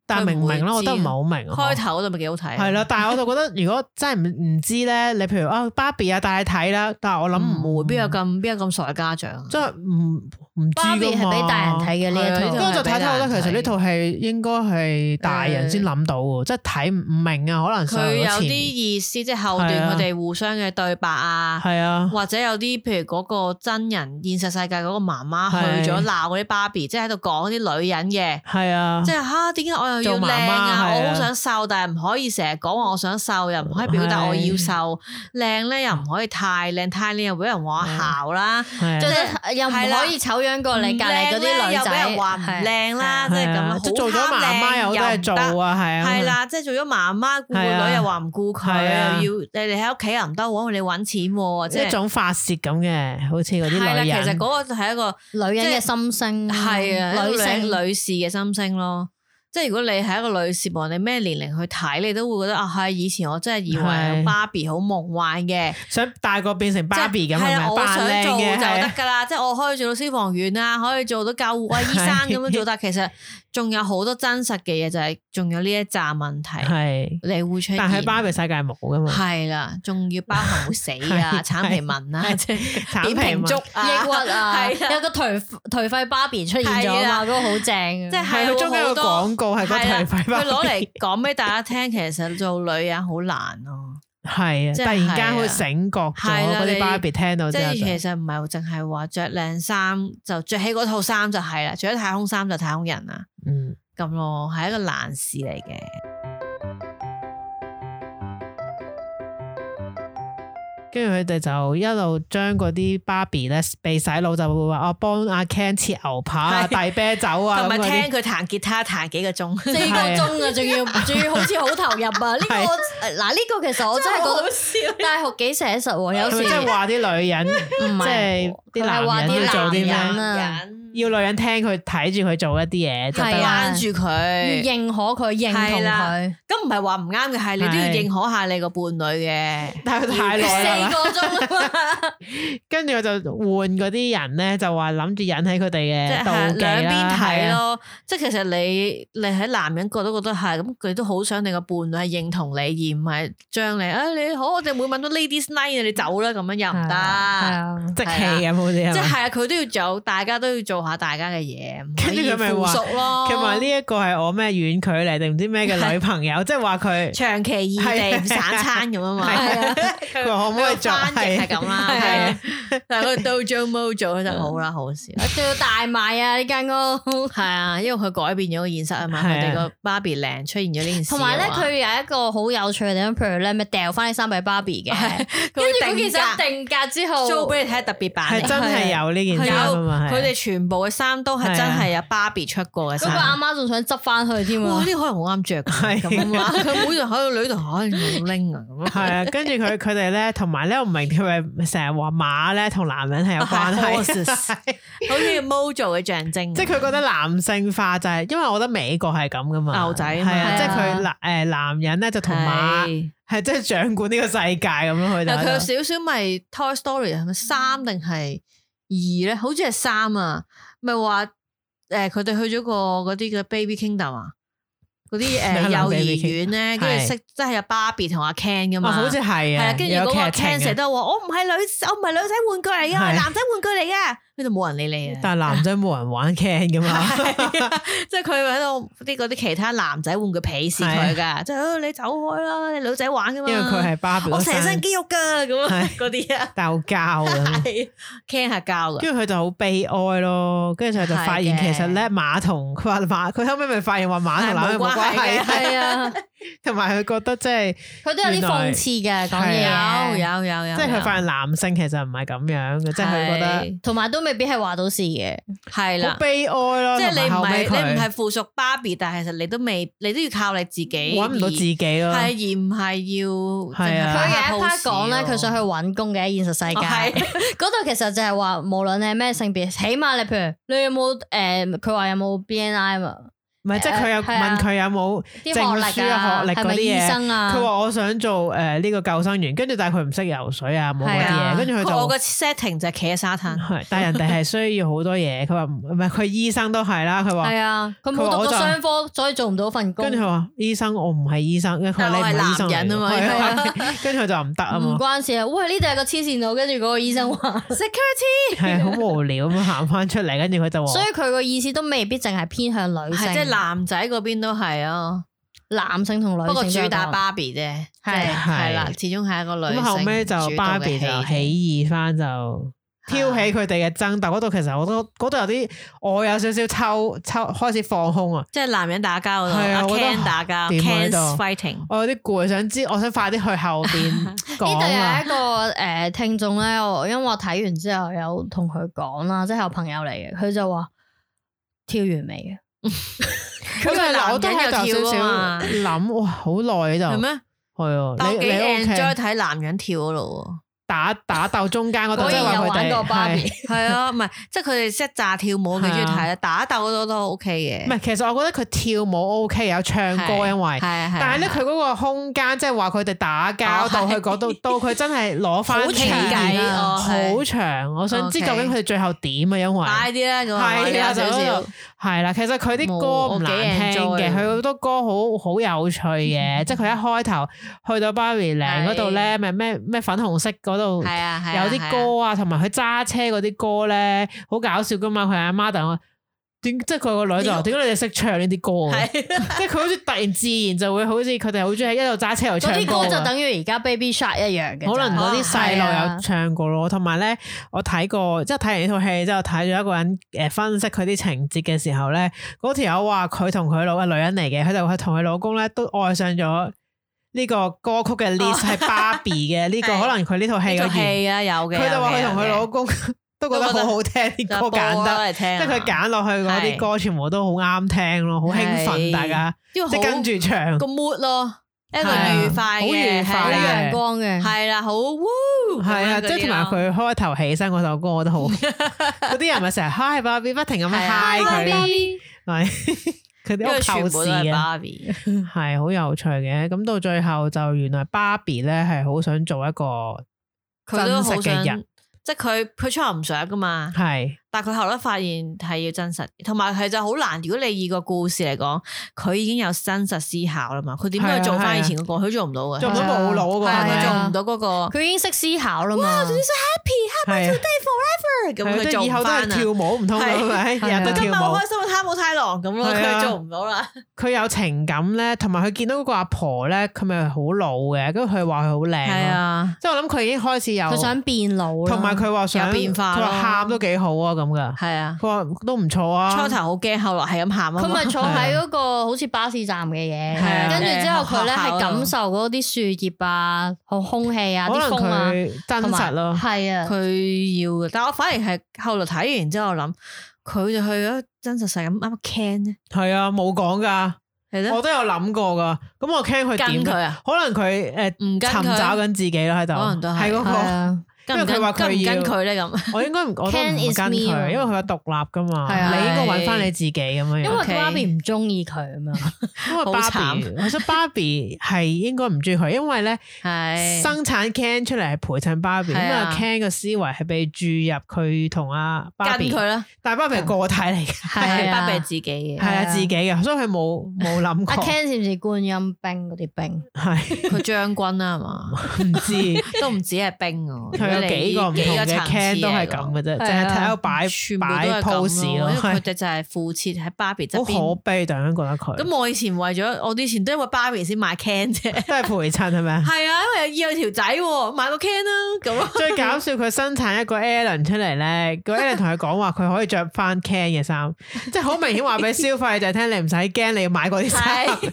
Speaker 3: 但係明唔明咧？
Speaker 5: 佢唔
Speaker 3: 我
Speaker 5: 會
Speaker 3: 覺得唔係好明啊。
Speaker 5: 開頭嗰度咪幾好睇，
Speaker 3: 係啦，但係我就覺得 如果真係唔唔知咧，你譬如啊芭比啊帶你睇啦，但係我諗唔
Speaker 5: 唔
Speaker 3: 會
Speaker 5: 會邊有咁邊有咁傻嘅家長啊，
Speaker 3: 即係唔唔知
Speaker 4: 芭比
Speaker 3: 㗎
Speaker 4: 係
Speaker 3: 嘛
Speaker 4: 俾大人睇嘅呢
Speaker 5: 係
Speaker 4: 一套
Speaker 5: 啊呢套
Speaker 3: 咁。我就睇睇，我覺得其實呢
Speaker 5: 俾大人睇
Speaker 3: 套戲應該係大人先諗到喎，即係睇唔明啊，可能上
Speaker 5: 佢
Speaker 3: 咗
Speaker 5: 有啲
Speaker 3: 前
Speaker 5: 意思，即係後段
Speaker 3: 係啊
Speaker 5: 佢哋互相嘅對白啊。
Speaker 3: 係啊，
Speaker 5: 或者有啲譬如嗰個真人現實世界嗰個媽媽
Speaker 3: 係
Speaker 5: 去咗鬧嗰啲芭比，即係喺度講啲女人嘅，
Speaker 3: 係啊，
Speaker 5: 即係吓點解我又要
Speaker 3: 做媽媽
Speaker 5: 靚啊？
Speaker 3: 係啊
Speaker 5: 我好想瘦，但係唔可以成日講話我想瘦，又唔可以表達我要瘦。靚咧又唔可以太靚，太靚又俾人話姣啦。
Speaker 3: 係啊
Speaker 4: 即係又唔可以醜樣過你隔離嗰
Speaker 5: 唔靚
Speaker 4: 啲
Speaker 5: 呢
Speaker 4: 女
Speaker 5: 又俾
Speaker 4: 仔，啊
Speaker 5: 人話唔靚啦，即係咁
Speaker 3: 係
Speaker 5: 好
Speaker 3: 啊即係做咗媽媽又
Speaker 5: 貪
Speaker 3: 都
Speaker 5: 靚
Speaker 3: 係做
Speaker 5: 唔得
Speaker 3: 啊，係啊，
Speaker 5: 係啦，即係做咗媽媽顧
Speaker 3: 係
Speaker 5: 個
Speaker 3: 啊
Speaker 5: 女又話唔顧佢，
Speaker 3: 係啊
Speaker 5: 又要你哋喺屋企又唔得喎，你揾錢喎，即
Speaker 3: 一
Speaker 5: 係
Speaker 3: 種發泄咁嘅，好似嗰啲
Speaker 5: 係啦。
Speaker 3: 女
Speaker 5: 其實
Speaker 3: 人。嗯
Speaker 5: 嗰個係一個
Speaker 4: 女人嘅心聲，
Speaker 5: 係啊，
Speaker 4: 女
Speaker 5: 女
Speaker 4: 性
Speaker 5: 性女士嘅心聲咯。即係如果你係一個女士，無論你咩年齡去睇，你都會覺得啊，係以前我真係以為
Speaker 3: 係
Speaker 5: 芭比好夢幻嘅，
Speaker 3: 想大個變成芭比咁，係
Speaker 5: 即係係
Speaker 3: 咪
Speaker 5: 啦，我
Speaker 3: 扮
Speaker 5: 想
Speaker 3: 靚
Speaker 5: 做
Speaker 3: 嘅
Speaker 5: 就
Speaker 3: 係
Speaker 5: 得
Speaker 3: 啊
Speaker 5: 㗎啦。即係我可以做到消防員啊，可以做到救護啊、醫生咁樣做，但係其實仲有好多真實嘅嘢，就係仲有呢一紮問題，
Speaker 3: 係，
Speaker 5: 你會出現。
Speaker 3: 但係芭比世界冇噶嘛，
Speaker 5: 係啦，仲要包含會死啊、
Speaker 3: 嗯 係
Speaker 5: 橙皮紋啊、即係
Speaker 3: 橙
Speaker 5: 扁
Speaker 3: 皮
Speaker 5: 平
Speaker 3: 紋
Speaker 5: 足
Speaker 4: 抑
Speaker 5: 啊、
Speaker 4: 鬱啊，
Speaker 5: 係啊
Speaker 4: 有個頹頹廢芭比出現咗
Speaker 5: 係啊
Speaker 4: 嘛，嗰個好正，啊
Speaker 5: 即係
Speaker 3: 係佢中間有個廣告係個
Speaker 5: 係啦
Speaker 3: 頹廢芭
Speaker 5: 佢
Speaker 3: 比
Speaker 5: 攞嚟講俾大家聽，其實做女人好難咯、
Speaker 3: 係啊，
Speaker 5: 即
Speaker 3: 突
Speaker 5: 係
Speaker 3: 然間會醒覺咗
Speaker 5: 係啦
Speaker 3: 嗰
Speaker 5: 你
Speaker 3: 啲芭比聽到
Speaker 5: 即
Speaker 3: 之後
Speaker 5: 係
Speaker 3: 就，
Speaker 5: 其實唔係淨係話着靚衫就着起嗰套衫就係啦，着咗太空衫就太空人啦，
Speaker 3: 嗯，
Speaker 5: 咁咯，係一個難事嚟嘅。
Speaker 3: 跟住佢哋就一路將嗰啲芭比咧被洗腦，就會話我哦幫阿 Ken 切牛扒啊、
Speaker 5: 係
Speaker 3: 遞啤酒啊
Speaker 5: 同
Speaker 3: 咁
Speaker 5: 埋
Speaker 3: 嗰啲
Speaker 5: 聽佢彈吉他彈幾 個鐘，
Speaker 4: 四個鐘啊，仲 要仲要好似好投入啊！呢個我嗱呢個其實我真係覺得，
Speaker 5: 笑。
Speaker 4: 但係好幾寫實喎，有
Speaker 3: 佢
Speaker 4: 時
Speaker 3: 即係話啲女人
Speaker 4: 唔
Speaker 3: 即
Speaker 4: 係
Speaker 3: 係啲
Speaker 4: 佢係話
Speaker 3: 男人要做啲咩
Speaker 4: 男人啊
Speaker 3: 要女人聽佢睇住佢做一啲嘢就得
Speaker 4: 係
Speaker 3: 啦
Speaker 4: 啊，
Speaker 5: 關注
Speaker 4: 要
Speaker 5: 佢，
Speaker 4: 認可佢，認同
Speaker 5: 係啦
Speaker 4: 佢。
Speaker 5: 咁唔係話唔啱嘅，係你都要
Speaker 3: 係
Speaker 5: 認可下你個伴侶嘅。
Speaker 3: 但係佢太耐啦係嘛
Speaker 4: 四。個鐘啊嘛，
Speaker 3: 跟住我就換嗰啲人咧，就話諗住引起佢哋嘅
Speaker 5: 即係
Speaker 3: 妒忌
Speaker 5: 兩邊
Speaker 3: 啦，
Speaker 5: 睇
Speaker 3: 係啊，
Speaker 5: 咯，即係其實你你喺男人角度覺得係咁，佢都好想你個伴侶係認同你，而唔係將你啊你好，我哋會揾到 ladies night 啊你走啦咁樣又
Speaker 3: 啊
Speaker 5: 唔
Speaker 4: 係
Speaker 5: 得，
Speaker 4: 啊，
Speaker 3: 即氣咁好似係
Speaker 5: 即
Speaker 3: 嘛。
Speaker 5: 係啊佢都要做，大家都要做下大家嘅嘢，唔可
Speaker 3: 跟住
Speaker 5: 以
Speaker 3: 佢咪
Speaker 5: 附
Speaker 3: 話
Speaker 5: 屬咯。
Speaker 3: 佢話呢一個係我咩遠距離定唔知咩嘅女朋友，即係話佢
Speaker 5: 長期異地唔散餐咁啊嘛，
Speaker 3: 係啊佢話可唔可以
Speaker 5: 佢個
Speaker 3: 做
Speaker 5: 翻譯係咁啦，
Speaker 3: 係啊
Speaker 5: 係啊，但係佢 Dojo Mojo 就好啦，好笑。
Speaker 4: 仲要大賣啊呢間屋。
Speaker 5: 係啊，因為佢改變咗個現實啊嘛，
Speaker 3: 係
Speaker 5: 佢
Speaker 3: 啊
Speaker 5: 哋個芭比靚出現咗呢件事。
Speaker 4: 同埋咧，佢有一個好有趣嘅地方，譬如咧，咪掉翻啲衫俾芭比嘅，跟住佢
Speaker 5: 佢
Speaker 4: 其
Speaker 5: 其
Speaker 4: 實
Speaker 5: 實
Speaker 4: 定價之後，
Speaker 5: 租俾你睇特別版
Speaker 3: 係
Speaker 5: 嚟，
Speaker 3: 真係有呢件
Speaker 5: 佢
Speaker 3: 衫啊
Speaker 5: 有
Speaker 3: 嘛，係啊
Speaker 5: 佢哋全部嘅衫都係真係有芭比出過嘅
Speaker 4: 嗰個
Speaker 5: 衫
Speaker 4: 阿。媽仲想執翻去添
Speaker 5: 哇！
Speaker 4: 啊
Speaker 5: 呢！啲可能好啱着㗎
Speaker 3: 係
Speaker 5: 咁啊嘛，佢妹就喺個女度，可能好 拎啊咁啊。
Speaker 3: 係啊，跟住佢佢哋咧，同埋咧，我唔明佢咪成日話馬咧同男人係有關
Speaker 5: 係
Speaker 3: 係，
Speaker 5: horses 好似 Mojo 嘅象徵，
Speaker 3: 即係佢覺得男性化就係，因為我覺得美國係咁噶嘛，
Speaker 5: 牛仔啊
Speaker 3: 係
Speaker 5: 嘛
Speaker 3: 啊，即係
Speaker 4: 係啊
Speaker 3: 佢男誒男人咧就同馬
Speaker 5: 係
Speaker 3: 係即係掌管呢個世界咁樣佢
Speaker 5: 但佢
Speaker 3: 哋。
Speaker 5: 有少少咪 Toy Story 啊
Speaker 3: 嗯
Speaker 5: 係咪三定係二咧？好似係三啊，咪話誒佢哋去咗個嗰啲嘅 Baby Kingdom 啊，嗰 啲誒幼
Speaker 3: Baby
Speaker 5: 兒園咧，跟住識即係有芭比同阿 Ken 噶
Speaker 3: 哦，
Speaker 5: 嘛，
Speaker 3: 好似係
Speaker 5: 係
Speaker 3: 啊，
Speaker 5: 啊，跟住嗰
Speaker 3: 有
Speaker 5: 個
Speaker 3: 劇情
Speaker 5: Ken
Speaker 3: 嘅
Speaker 5: 成日都話我唔係女，我唔係女仔玩具嚟嘅，我係
Speaker 3: 係
Speaker 5: 男仔玩具嚟嘅，跟住冇人理你啊。
Speaker 3: 但係男仔冇人玩 can 噶嘛，
Speaker 5: 係啊即係佢喺度啲嗰啲其他男仔玩具鄙視佢噶，即係哦你走開啦，你女仔玩噶嘛。
Speaker 3: 因為佢係芭比
Speaker 5: 我
Speaker 3: 嗰
Speaker 5: 成身
Speaker 3: 身
Speaker 5: 肌肉噶咁啊
Speaker 3: 係
Speaker 5: 嗰啲啊。
Speaker 3: 鬥交 咁，
Speaker 5: 係 can 下交噶，
Speaker 3: 跟住佢就好悲哀咯。跟住佢就發現
Speaker 5: 係嘅
Speaker 3: 其實咧馬同佢話馬，佢後尾咪發現話馬同男人冇關係，
Speaker 5: 係啊，
Speaker 3: 同埋佢覺得即係
Speaker 4: 佢都有啲諷刺嘅講嘢，
Speaker 5: 有有有有，
Speaker 3: 即係佢發現男性其實唔係咁樣嘅，即係佢覺得
Speaker 4: 同埋都未必係話到事嘅。
Speaker 5: 系
Speaker 3: 好
Speaker 5: 啦，
Speaker 3: 悲哀咯。
Speaker 5: 即係你唔
Speaker 3: 同埋後尾
Speaker 5: 係
Speaker 3: 佢
Speaker 5: 你唔係附屬芭比，但係其實你都未，你都要靠你自己，
Speaker 3: 搵唔到自己咯，
Speaker 5: 系而唔係要
Speaker 3: 係啊
Speaker 4: 佢
Speaker 5: 淨
Speaker 4: 有
Speaker 5: 係拍
Speaker 4: 一 part 講咧，
Speaker 5: pose
Speaker 4: 佢想去揾工嘅喺現實世
Speaker 5: 哦係
Speaker 4: 界。嗰度其實就係話，無論你係咩性別，起碼你譬如你有冇誒，佢話有冇 BNI 啊？
Speaker 3: 唔係即係佢有
Speaker 4: 誒係啊
Speaker 3: 問佢有冇證
Speaker 4: 啲學歷
Speaker 3: 書
Speaker 4: 啊，
Speaker 3: 啊、學歷
Speaker 4: 係
Speaker 3: 嗰
Speaker 4: 咪
Speaker 3: 啲
Speaker 4: 醫
Speaker 3: 嘢。
Speaker 4: 生啊？
Speaker 3: 佢話我想做誒呢個救生員，跟住但係佢唔識游水啊，冇嗰啲
Speaker 4: 係啊
Speaker 3: 嘢，跟住佢
Speaker 5: 佢我
Speaker 3: 就
Speaker 5: 個 setting 就係企喺沙灘，
Speaker 3: 係， 但係人哋係需要好多嘢。佢話唔唔係佢醫生都係啦，佢話
Speaker 4: 係啊，佢
Speaker 3: 佢
Speaker 4: 冇
Speaker 3: 話
Speaker 4: 讀
Speaker 3: 我
Speaker 4: 過
Speaker 3: 就係
Speaker 4: 商科，所以做唔到份工
Speaker 3: 跟。住佢話醫生我唔係醫生，跟住佢話你唔係醫生嚟
Speaker 5: 但我係
Speaker 3: 嘅
Speaker 5: 男人啊
Speaker 4: 嘛
Speaker 3: 係啊 跟住佢就話唔得啊
Speaker 4: 唔
Speaker 3: 嘛，
Speaker 4: 關事啊！喂，呢度係個黐線佬，跟住嗰個醫 生話，
Speaker 3: 係好無聊咁樣行翻出嚟，跟住佢就話
Speaker 4: 所以佢個意思都未必淨係偏向女性，
Speaker 5: 係即係男仔嗰邊都係啊，
Speaker 4: 男性同女性都有講。啊
Speaker 5: 不過主打芭比啫，
Speaker 4: 係
Speaker 5: 係啦，始終係一個女
Speaker 3: 咁
Speaker 5: 性
Speaker 3: 後尾就
Speaker 5: 主導
Speaker 3: 芭
Speaker 5: 嘅
Speaker 3: 比就
Speaker 5: 戲
Speaker 3: 起義翻就挑起佢哋嘅爭鬥，嗰度其實我都嗰度有啲我有少少抽抽開始放空啊，
Speaker 5: 即係男人打交嗰度，
Speaker 3: 係啊
Speaker 5: 阿
Speaker 3: 我覺得
Speaker 5: Ken 打交
Speaker 3: 點啊呢
Speaker 5: ，Ken
Speaker 3: 度
Speaker 5: fighting。
Speaker 3: 我有啲攰，想知我想快啲去後邊
Speaker 4: 呢
Speaker 3: 講
Speaker 4: 度有
Speaker 3: 啊
Speaker 4: 一，個誒、呃、聽眾咧，我因為我睇完之後有同佢講啦，即係我朋友嚟嘅，佢就話跳完未啊
Speaker 3: 佢哋我都
Speaker 5: 啊
Speaker 3: 喺度有少少
Speaker 5: 男人
Speaker 3: 諗，哇好耐就
Speaker 5: 係咩？
Speaker 3: 係啊，
Speaker 5: 但
Speaker 3: 你
Speaker 5: 我幾
Speaker 3: 你
Speaker 5: enjoy
Speaker 3: OK
Speaker 5: 睇男人跳嗰度
Speaker 3: 打打鬥中間嗰
Speaker 4: 嘅？
Speaker 3: 度
Speaker 4: 果
Speaker 3: 哦即係
Speaker 4: 然有
Speaker 3: 話佢
Speaker 4: 玩過
Speaker 3: 哋
Speaker 4: 芭比
Speaker 3: 係，
Speaker 5: 喎， 係啊，唔係即係佢哋識炸跳舞，幾中意睇啦，打鬥嗰度都 OK 嘅。
Speaker 3: 啊唔係其實我覺得佢跳舞 OK 有唱歌，
Speaker 5: 係
Speaker 3: 因為
Speaker 5: 係。啊係啊，
Speaker 3: 但係咧，佢嗰個空間即係話佢哋打交
Speaker 5: 哦
Speaker 3: 到去
Speaker 5: 係
Speaker 3: 嗰 度，到佢真係攞翻
Speaker 5: 好長
Speaker 4: 偈
Speaker 5: 哦係哦
Speaker 3: 好長。我想知究
Speaker 5: OK
Speaker 3: 竟佢哋最後點啊？因為
Speaker 5: 快啲啦，咁
Speaker 3: 係啊，
Speaker 5: 啊，
Speaker 3: 就
Speaker 5: 少
Speaker 3: 嗰
Speaker 5: 少
Speaker 3: 度。係啦。其實佢啲
Speaker 5: 冇
Speaker 3: 歌唔
Speaker 5: 我幾
Speaker 3: 難聽
Speaker 5: enjoy
Speaker 3: 嘅，佢好多歌好好有趣 嘅。即係佢一開頭去到 Barry 嶺嗰度咧，咪咩咩粉紅色嗰度。
Speaker 5: 係啊，係啊
Speaker 3: 有
Speaker 5: 係
Speaker 3: 啲
Speaker 5: 啊
Speaker 3: 歌啊，同埋佢揸車嗰啲歌咧，好搞笑噶嘛！佢阿媽等我點，即係佢個女就話點解你哋識唱呢啲歌嘅？即係佢好似突然自然就會好似佢哋好中意一路揸車又唱
Speaker 4: 嗰啲歌
Speaker 3: 歌
Speaker 4: 就
Speaker 3: 啊。
Speaker 4: 等於而家 Baby Shark 一樣嘅啫，
Speaker 3: 可能嗰啲細路
Speaker 4: 哦
Speaker 3: 有唱過咯，同埋咧，我睇過，即係睇完呢套戲之後，睇咗一個人誒分析佢啲情節嘅時候咧，嗰條友話佢同佢老嘅女人嚟嘅，佢就佢同佢老公咧都愛上咗呢個歌曲嘅 list 係芭比嘅呢個，
Speaker 5: 係
Speaker 3: 可能佢呢套戲
Speaker 5: 呢
Speaker 3: 嘅
Speaker 5: 套
Speaker 3: 原
Speaker 5: 戲啊，有嘅。
Speaker 3: 佢就
Speaker 5: 話
Speaker 3: 話佢同佢老公都覺得好好聽啲歌揀
Speaker 4: 哦
Speaker 3: 得，
Speaker 5: 嚟聽
Speaker 3: 即
Speaker 5: 啊，
Speaker 3: 係佢揀落去嗰啲歌全部都好啱聽咯，好興奮
Speaker 5: 係
Speaker 3: 大家，
Speaker 5: 因為
Speaker 3: 即係跟住唱
Speaker 5: 個 mood 咯，一個
Speaker 3: 係啊
Speaker 5: 愉快
Speaker 3: 好愉
Speaker 5: 嘅，
Speaker 4: 好
Speaker 3: 快
Speaker 5: 係啦啊
Speaker 3: 嘅
Speaker 4: 陽光嘅，
Speaker 5: 係啦，好 woo 咁樣
Speaker 3: 係啊，
Speaker 5: 嗰
Speaker 3: 即
Speaker 5: 啲
Speaker 3: 係同埋
Speaker 5: 咯
Speaker 3: 佢開頭起身嗰首歌我 都好，嗰啲人咪成日 hi Barbie 不停咁樣
Speaker 5: 係啊
Speaker 3: hi 佢啦，係 佢
Speaker 5: 因
Speaker 3: 哋
Speaker 5: 為
Speaker 3: 好
Speaker 5: 全
Speaker 3: 透
Speaker 5: 部
Speaker 3: 視
Speaker 5: 都係
Speaker 3: 嘅，
Speaker 5: 芭比，
Speaker 3: 係好有趣嘅。咁到最後就原來 Barbie 咧係好想做一個
Speaker 5: 佢都
Speaker 3: 真
Speaker 5: 好
Speaker 3: 實
Speaker 5: 想
Speaker 3: 嘅人，
Speaker 5: 即係佢佢初頭唔想噶嘛，
Speaker 3: 係
Speaker 5: 但係佢後來發現係要真實，同埋係就好難。如果你以個故事嚟講，佢已經有真實思考啦嘛，佢點
Speaker 3: 係
Speaker 5: 解
Speaker 3: 啊
Speaker 5: 做翻以
Speaker 3: 係啊
Speaker 5: 前嗰個？佢做唔到嘅，
Speaker 3: 做唔到
Speaker 5: 係啊
Speaker 3: 冇腦嗰個
Speaker 5: 係
Speaker 3: 係
Speaker 5: 啊佢
Speaker 3: 咪
Speaker 5: 做
Speaker 3: 啊
Speaker 5: 唔到嗰個
Speaker 4: 佢已經識思考啦嘛。
Speaker 5: happy
Speaker 3: 係啊係啊
Speaker 5: happy 咁佢
Speaker 3: 即係以
Speaker 5: 做
Speaker 3: 後
Speaker 5: 唔
Speaker 3: 都
Speaker 5: 翻
Speaker 3: 係
Speaker 5: 啊
Speaker 3: 跳。舞唔通
Speaker 5: 係
Speaker 3: 係咪？
Speaker 4: 係啊
Speaker 3: 日日都
Speaker 5: 今
Speaker 3: 跳
Speaker 5: 日好
Speaker 3: 舞
Speaker 5: 開。心嘅貪冇太郎咁咯，
Speaker 3: 係啊
Speaker 5: 佢做唔到啦。
Speaker 3: 佢有情感咧，同埋佢見到嗰個阿婆咧，佢咪好老嘅，跟住佢話佢好靚咯，
Speaker 5: 啊，
Speaker 3: 即係我諗佢已經開始有，
Speaker 4: 佢想變老啦
Speaker 3: 同埋佢話想
Speaker 5: 有變化
Speaker 3: 佢
Speaker 5: 咯
Speaker 3: 話喊都幾好啊咁噶，
Speaker 5: 係啊。
Speaker 3: 佢話都唔錯啊，
Speaker 5: 初頭好驚，後來係咁喊啊
Speaker 4: 佢咪
Speaker 5: 嘛。
Speaker 4: 坐喺嗰個好似巴士站嘅嘢
Speaker 5: 係啊，
Speaker 4: 跟住之後佢咧
Speaker 5: 誒學校
Speaker 4: 係
Speaker 5: 啊
Speaker 4: 感受嗰啲樹葉啊、空空氣啊、
Speaker 3: 可
Speaker 4: 啲
Speaker 3: 能
Speaker 4: 風啊，
Speaker 3: 佢真
Speaker 4: 同埋
Speaker 3: 實咯，
Speaker 4: 係啊，
Speaker 5: 佢要嘅，但我反而係後來睇完之後諗，佢就去咗真實世界咁啱 can 咧，
Speaker 3: 係啊冇講噶，
Speaker 5: 係
Speaker 3: 我
Speaker 5: 咧
Speaker 3: 都有諗過噶，咁我驚佢
Speaker 5: 跟
Speaker 3: 點
Speaker 5: 佢
Speaker 3: 㗎？
Speaker 5: 啊，
Speaker 3: 可能佢誒
Speaker 5: 唔跟
Speaker 3: 尋找
Speaker 5: 佢，
Speaker 3: 緊自己咯喺度，
Speaker 5: 可能都係
Speaker 3: 係嗰
Speaker 4: 係
Speaker 3: 個，
Speaker 4: 啊，
Speaker 5: 跟
Speaker 3: 因為佢話
Speaker 5: 唔跟
Speaker 3: 佢
Speaker 5: 跟唔
Speaker 3: 要
Speaker 5: 跟佢咧咁，
Speaker 3: 我應該唔我都唔
Speaker 4: Can
Speaker 3: 會
Speaker 4: is
Speaker 3: 跟
Speaker 4: me 啊
Speaker 3: 佢，因為佢話獨立噶嘛，
Speaker 4: 係啊
Speaker 3: 你應該揾翻你自己咁樣樣
Speaker 4: 因為
Speaker 5: OK
Speaker 4: 佢媽咪唔中意佢啊 嘛，
Speaker 3: 因為
Speaker 5: 好
Speaker 3: 芭比，
Speaker 5: 慘
Speaker 3: 我想芭比係應該唔中意佢，因為咧
Speaker 5: 係
Speaker 3: 生產 Ken 出嚟係陪襯芭比，
Speaker 5: 係
Speaker 3: 咁
Speaker 5: 啊
Speaker 3: 啊 Ken 嘅思維係被注入佢同阿芭
Speaker 5: 跟
Speaker 3: 比，
Speaker 5: 佢啦，
Speaker 3: 但係芭比係個體嚟嘅，
Speaker 5: 係
Speaker 4: 啊
Speaker 5: 不俾自己嘅
Speaker 3: 係，啊自己嘅，所以佢冇冇諗
Speaker 4: 阿
Speaker 3: 過，
Speaker 4: Ken 似唔似觀音兵嗰啲兵？
Speaker 3: 係
Speaker 5: 佢將軍啦係嘛，
Speaker 3: 唔知
Speaker 5: 都唔止係兵喎，啊
Speaker 3: 佢有幾個唔同嘅 can 都係咁嘅啫，
Speaker 4: 係啊
Speaker 3: 淨係睇我擺
Speaker 5: 全部都
Speaker 3: 擺
Speaker 5: 係
Speaker 3: pose
Speaker 5: 咁咯，因為佢
Speaker 3: 咯，
Speaker 5: 哋就係附設喺芭比側
Speaker 3: 係好
Speaker 5: 邊。
Speaker 3: 可悲，突然間覺得佢
Speaker 5: 咁我以前為咗我以前都因為芭比先買 can 啫，
Speaker 3: 都係陪襯係咪啊？
Speaker 5: 係啊，因為要有條仔喎買個 can 啦咁啊。
Speaker 3: 最搞笑佢生產一個 Alan 出嚟咧，個 Alan 同佢講話佢可以着翻 Can 嘅衫，即係好明顯話俾消費就係聽你唔使驚，你要買嗰啲衫。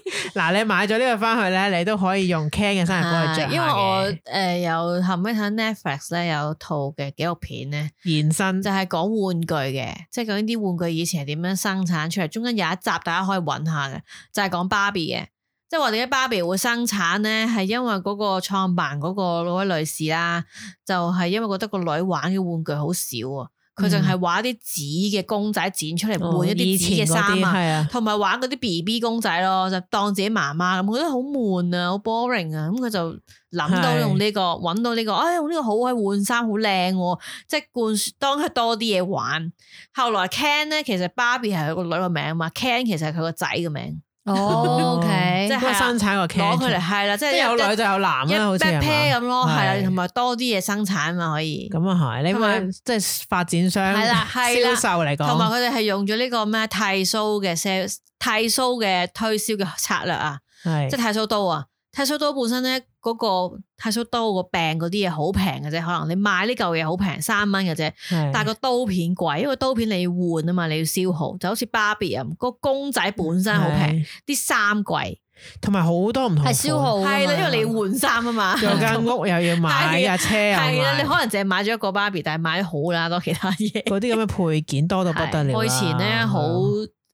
Speaker 3: 嗱，你買咗呢個翻去咧，你都可以用 Can 嘅衫嚟幫佢着下
Speaker 5: 係
Speaker 3: 嘅。
Speaker 5: 因為我誒有後尾睇 Netflix 咧有套嘅紀錄片咧，
Speaker 3: 延伸
Speaker 5: 就係講玩具嘅，即係究竟啲玩具以前係點樣生產出嚟。中間有一集大家可以揾下嘅，就係講芭比嘅，即係話點解芭比會生產咧，係因為嗰個創辦嗰個嗰位女士啦，就係、因為覺得個女玩嘅玩具好少啊，佢淨係畫啲紙嘅公仔剪出嚟換一
Speaker 3: 嗯哦以
Speaker 5: 啲紙
Speaker 3: 前
Speaker 5: 嘅
Speaker 3: 嗰
Speaker 5: 衫
Speaker 3: 啲
Speaker 5: 啊。
Speaker 3: 係啊，
Speaker 5: 同埋玩嗰啲 B B 公仔咯，就當自己媽媽咁，覺得好悶啊，好 boring 啊，咁佢就諗到
Speaker 3: 係
Speaker 5: 用呢、個揾到呢、個，哎，用呢個好可以換衫，好靚喎，即係灌輸當佢多啲嘢玩。後來 Ken 咧，其實 Barbie 係佢個女個名嘛，Ken 其實係佢個仔嘅名，
Speaker 4: 哦，OK，
Speaker 5: 即
Speaker 3: 即
Speaker 5: 係
Speaker 3: 係生產個 Can
Speaker 5: 攞
Speaker 3: 出
Speaker 5: 佢嚟
Speaker 3: 嚟，
Speaker 5: 係啦，
Speaker 3: 哦即
Speaker 5: 即係
Speaker 3: 係有
Speaker 5: 一
Speaker 3: 女就有男
Speaker 5: 一
Speaker 3: 啦，好似係
Speaker 5: pair
Speaker 3: 嘛
Speaker 5: 咁咯，係啦，
Speaker 3: 係
Speaker 5: 同埋多啲嘢生產嘛可以。
Speaker 3: 咁啊係，你
Speaker 5: 同
Speaker 3: 咪
Speaker 5: 埋
Speaker 3: 即係發展商
Speaker 5: 係啦係啦
Speaker 3: 銷售嚟
Speaker 5: 同埋
Speaker 3: 講，
Speaker 5: 佢哋係用咗呢個咩剃須嘅 sales 剃須嘅推銷嘅策略啊。
Speaker 3: 係
Speaker 5: 即係剃鬚刀啊！剃鬚刀本身咧，嗰、個剃鬚刀個柄嗰啲嘢好平嘅啫，可能你買呢嚿嘢好平，三蚊嘅啫，
Speaker 3: 係
Speaker 5: 但係個刀片貴，因為刀片你要換啊嘛，你要消耗，就好似芭比咁，個公仔本身好平，
Speaker 3: 係
Speaker 5: 啲衫貴，
Speaker 3: 同埋好多唔同
Speaker 4: 係消
Speaker 3: 款
Speaker 4: 耗㗎啊嘛，
Speaker 5: 係啦，因為你要換衫啊嘛，
Speaker 3: 哦有 間屋又要買，
Speaker 5: 係
Speaker 3: 架
Speaker 5: 啊
Speaker 3: 車又
Speaker 5: 係啦，
Speaker 3: 買
Speaker 5: 你可能淨係買咗一個芭比，但係買咗好啦多其他嘢。
Speaker 3: 嗰啲咁嘅配件多到不得了
Speaker 5: 係
Speaker 3: 啦。嗯
Speaker 5: 我以前咧好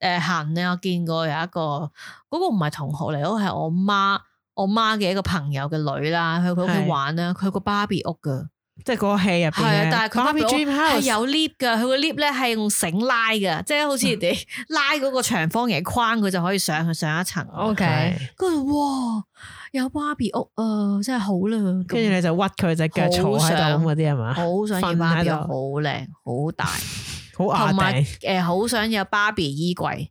Speaker 5: 誒痕咧，我見過有一個嗰、個唔係同學嚟，嗰個係我媽我媽嘅一個朋友嘅女啦，去佢屋
Speaker 3: 係
Speaker 5: 企玩啦，佢有個芭比屋噶，
Speaker 3: 即係嗰個戲入邊
Speaker 5: 係啊
Speaker 3: 咧，
Speaker 5: 但係佢
Speaker 3: Barbie
Speaker 5: 芭比
Speaker 3: Dream
Speaker 5: 屋係
Speaker 3: House
Speaker 5: 有 lift 噶，佢個 lift 咧係用繩拉噶，即係 好似你拉嗰個長方形框，佢就可以上去上一層。
Speaker 3: 哦
Speaker 4: OK，
Speaker 3: 係
Speaker 5: 跟住哇，有芭比屋啊，真係好啦，咁
Speaker 3: 跟住你就屈佢只腳坐喺度咁嗰啲係嘛？
Speaker 5: 好想要
Speaker 3: 瞓
Speaker 5: 芭比屋，
Speaker 3: 喺
Speaker 5: 好
Speaker 3: 度
Speaker 5: 靚好大，
Speaker 3: 好
Speaker 5: 同
Speaker 3: 牙
Speaker 5: 埋
Speaker 3: 定，
Speaker 5: 誒好想有芭比衣櫃。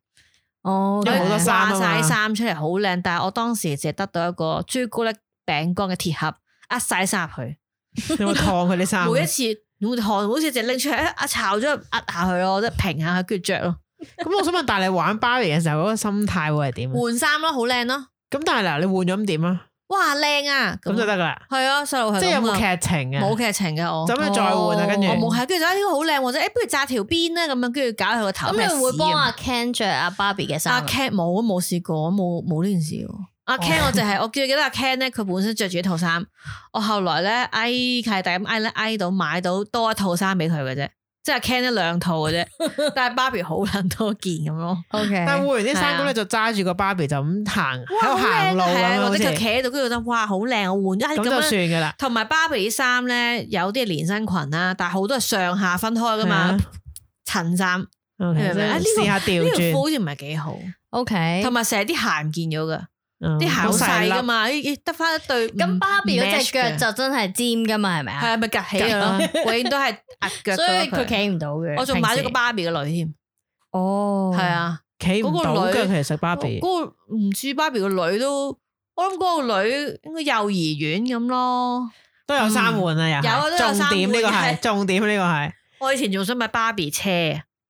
Speaker 4: 哦，
Speaker 3: 因為好多衫啊嘛
Speaker 5: 掛晒啲衫出嚟好靚，但係我當時淨係得到一個朱古力餅乾嘅鐵盒，呃晒衫入去，
Speaker 3: 有冇燙佢啲衫？啊
Speaker 5: 每一次。我汗好似淨係拎出嚟，啊炒咗呃下佢咯，即係平下佢，跟住着咯，
Speaker 3: 咁我想問，但係你玩 Barbie 嘅時候嗰個心態會係點啊？
Speaker 5: 換衫咯，好靚咯，
Speaker 3: 咁但係嗱，你換咗咁點啊？
Speaker 5: 哇靚啊，
Speaker 3: 咁就得噶啦，
Speaker 5: 係啊，細路係
Speaker 3: 即係有
Speaker 5: 咁
Speaker 3: 冇
Speaker 5: 啊
Speaker 3: 劇情啊？
Speaker 5: 冇劇情嘅我，
Speaker 3: 就咁樣再換啊跟住
Speaker 5: 我冇係，跟住就啊呢個好靚喎，即係誒不如紮條辮啊啦咁樣，跟住搞佢個頭，
Speaker 4: 咁
Speaker 5: 咩
Speaker 4: 你啊會
Speaker 5: 屎啊
Speaker 4: 幫
Speaker 5: 咁
Speaker 4: 阿 Ken 着阿 Barbie 嘅
Speaker 5: 阿
Speaker 4: 衫啊？
Speaker 5: Ken 冇啊冇試過，冇冇呢件事喎。
Speaker 3: 哦
Speaker 5: 阿 Ken 我就係我 最記得阿 Ken 咧，佢本身着住一套衫，我後來咧挨契弟咁挨咧挨到買到多一套衫俾佢嘅啫，即係 Ken 一兩套嘅 啫，但係 Barbie 好撚多件咁咯。
Speaker 4: O
Speaker 3: 但係換
Speaker 4: K，
Speaker 3: 完啲衫
Speaker 5: 係啊
Speaker 3: 咁，你就揸住個 Barbie 就咁行喺
Speaker 5: 哇，
Speaker 3: 度
Speaker 5: 好
Speaker 3: 行
Speaker 5: 靚
Speaker 3: 路
Speaker 5: 啊係
Speaker 3: 咁
Speaker 5: 啊
Speaker 3: 樣，好
Speaker 5: 或者佢企
Speaker 3: 似
Speaker 5: 喺度，跟住覺得哇好靚，我換咗
Speaker 3: 咁
Speaker 5: 係
Speaker 3: 就
Speaker 5: 咁樣。
Speaker 3: 算噶啦。
Speaker 5: 同埋 Barbie 啲衫咧，有啲係連身裙啦，但係好多係上下分開噶
Speaker 3: 係
Speaker 5: 嘛
Speaker 3: 啊，
Speaker 5: 襯衫呢
Speaker 3: OK，
Speaker 5: 你明唔明啊呢
Speaker 3: 即
Speaker 5: 個
Speaker 3: 係試下
Speaker 5: 條
Speaker 3: 調
Speaker 5: 褲
Speaker 3: 轉，
Speaker 5: 好似唔係幾好，
Speaker 4: O K，
Speaker 5: 同埋成日啲鞋唔見咗噶。
Speaker 3: 嗯
Speaker 5: 啲鞋
Speaker 3: 好
Speaker 5: 好細
Speaker 3: 粒
Speaker 5: 噶嘛，咦咦得翻一對唔。
Speaker 4: 咁 Barbie 嗰隻腳
Speaker 5: 嗯 match 嘅
Speaker 4: 就真係尖噶嘛，係咪啊？
Speaker 5: 係咪夾起噶咯？永遠都係壓腳㗎咯。
Speaker 4: 所以佢企唔到嘅。
Speaker 5: 我仲買咗個
Speaker 4: 芭，
Speaker 5: 芭比嘅女添，
Speaker 4: 哦，
Speaker 5: 係，啊，
Speaker 3: 企唔
Speaker 5: 嗰個
Speaker 3: 到嘅，
Speaker 5: 女哦
Speaker 3: 其實 Barbie
Speaker 5: 嗰個唔知芭比個女都，我諗嗰個女應該幼兒園咁咯。
Speaker 3: 都有三換啊，又係
Speaker 5: 有啊都有
Speaker 3: 重點呢個
Speaker 5: 三換
Speaker 3: 係
Speaker 5: 嘅
Speaker 3: 重點呢個係。
Speaker 5: 我以前仲想買芭比車，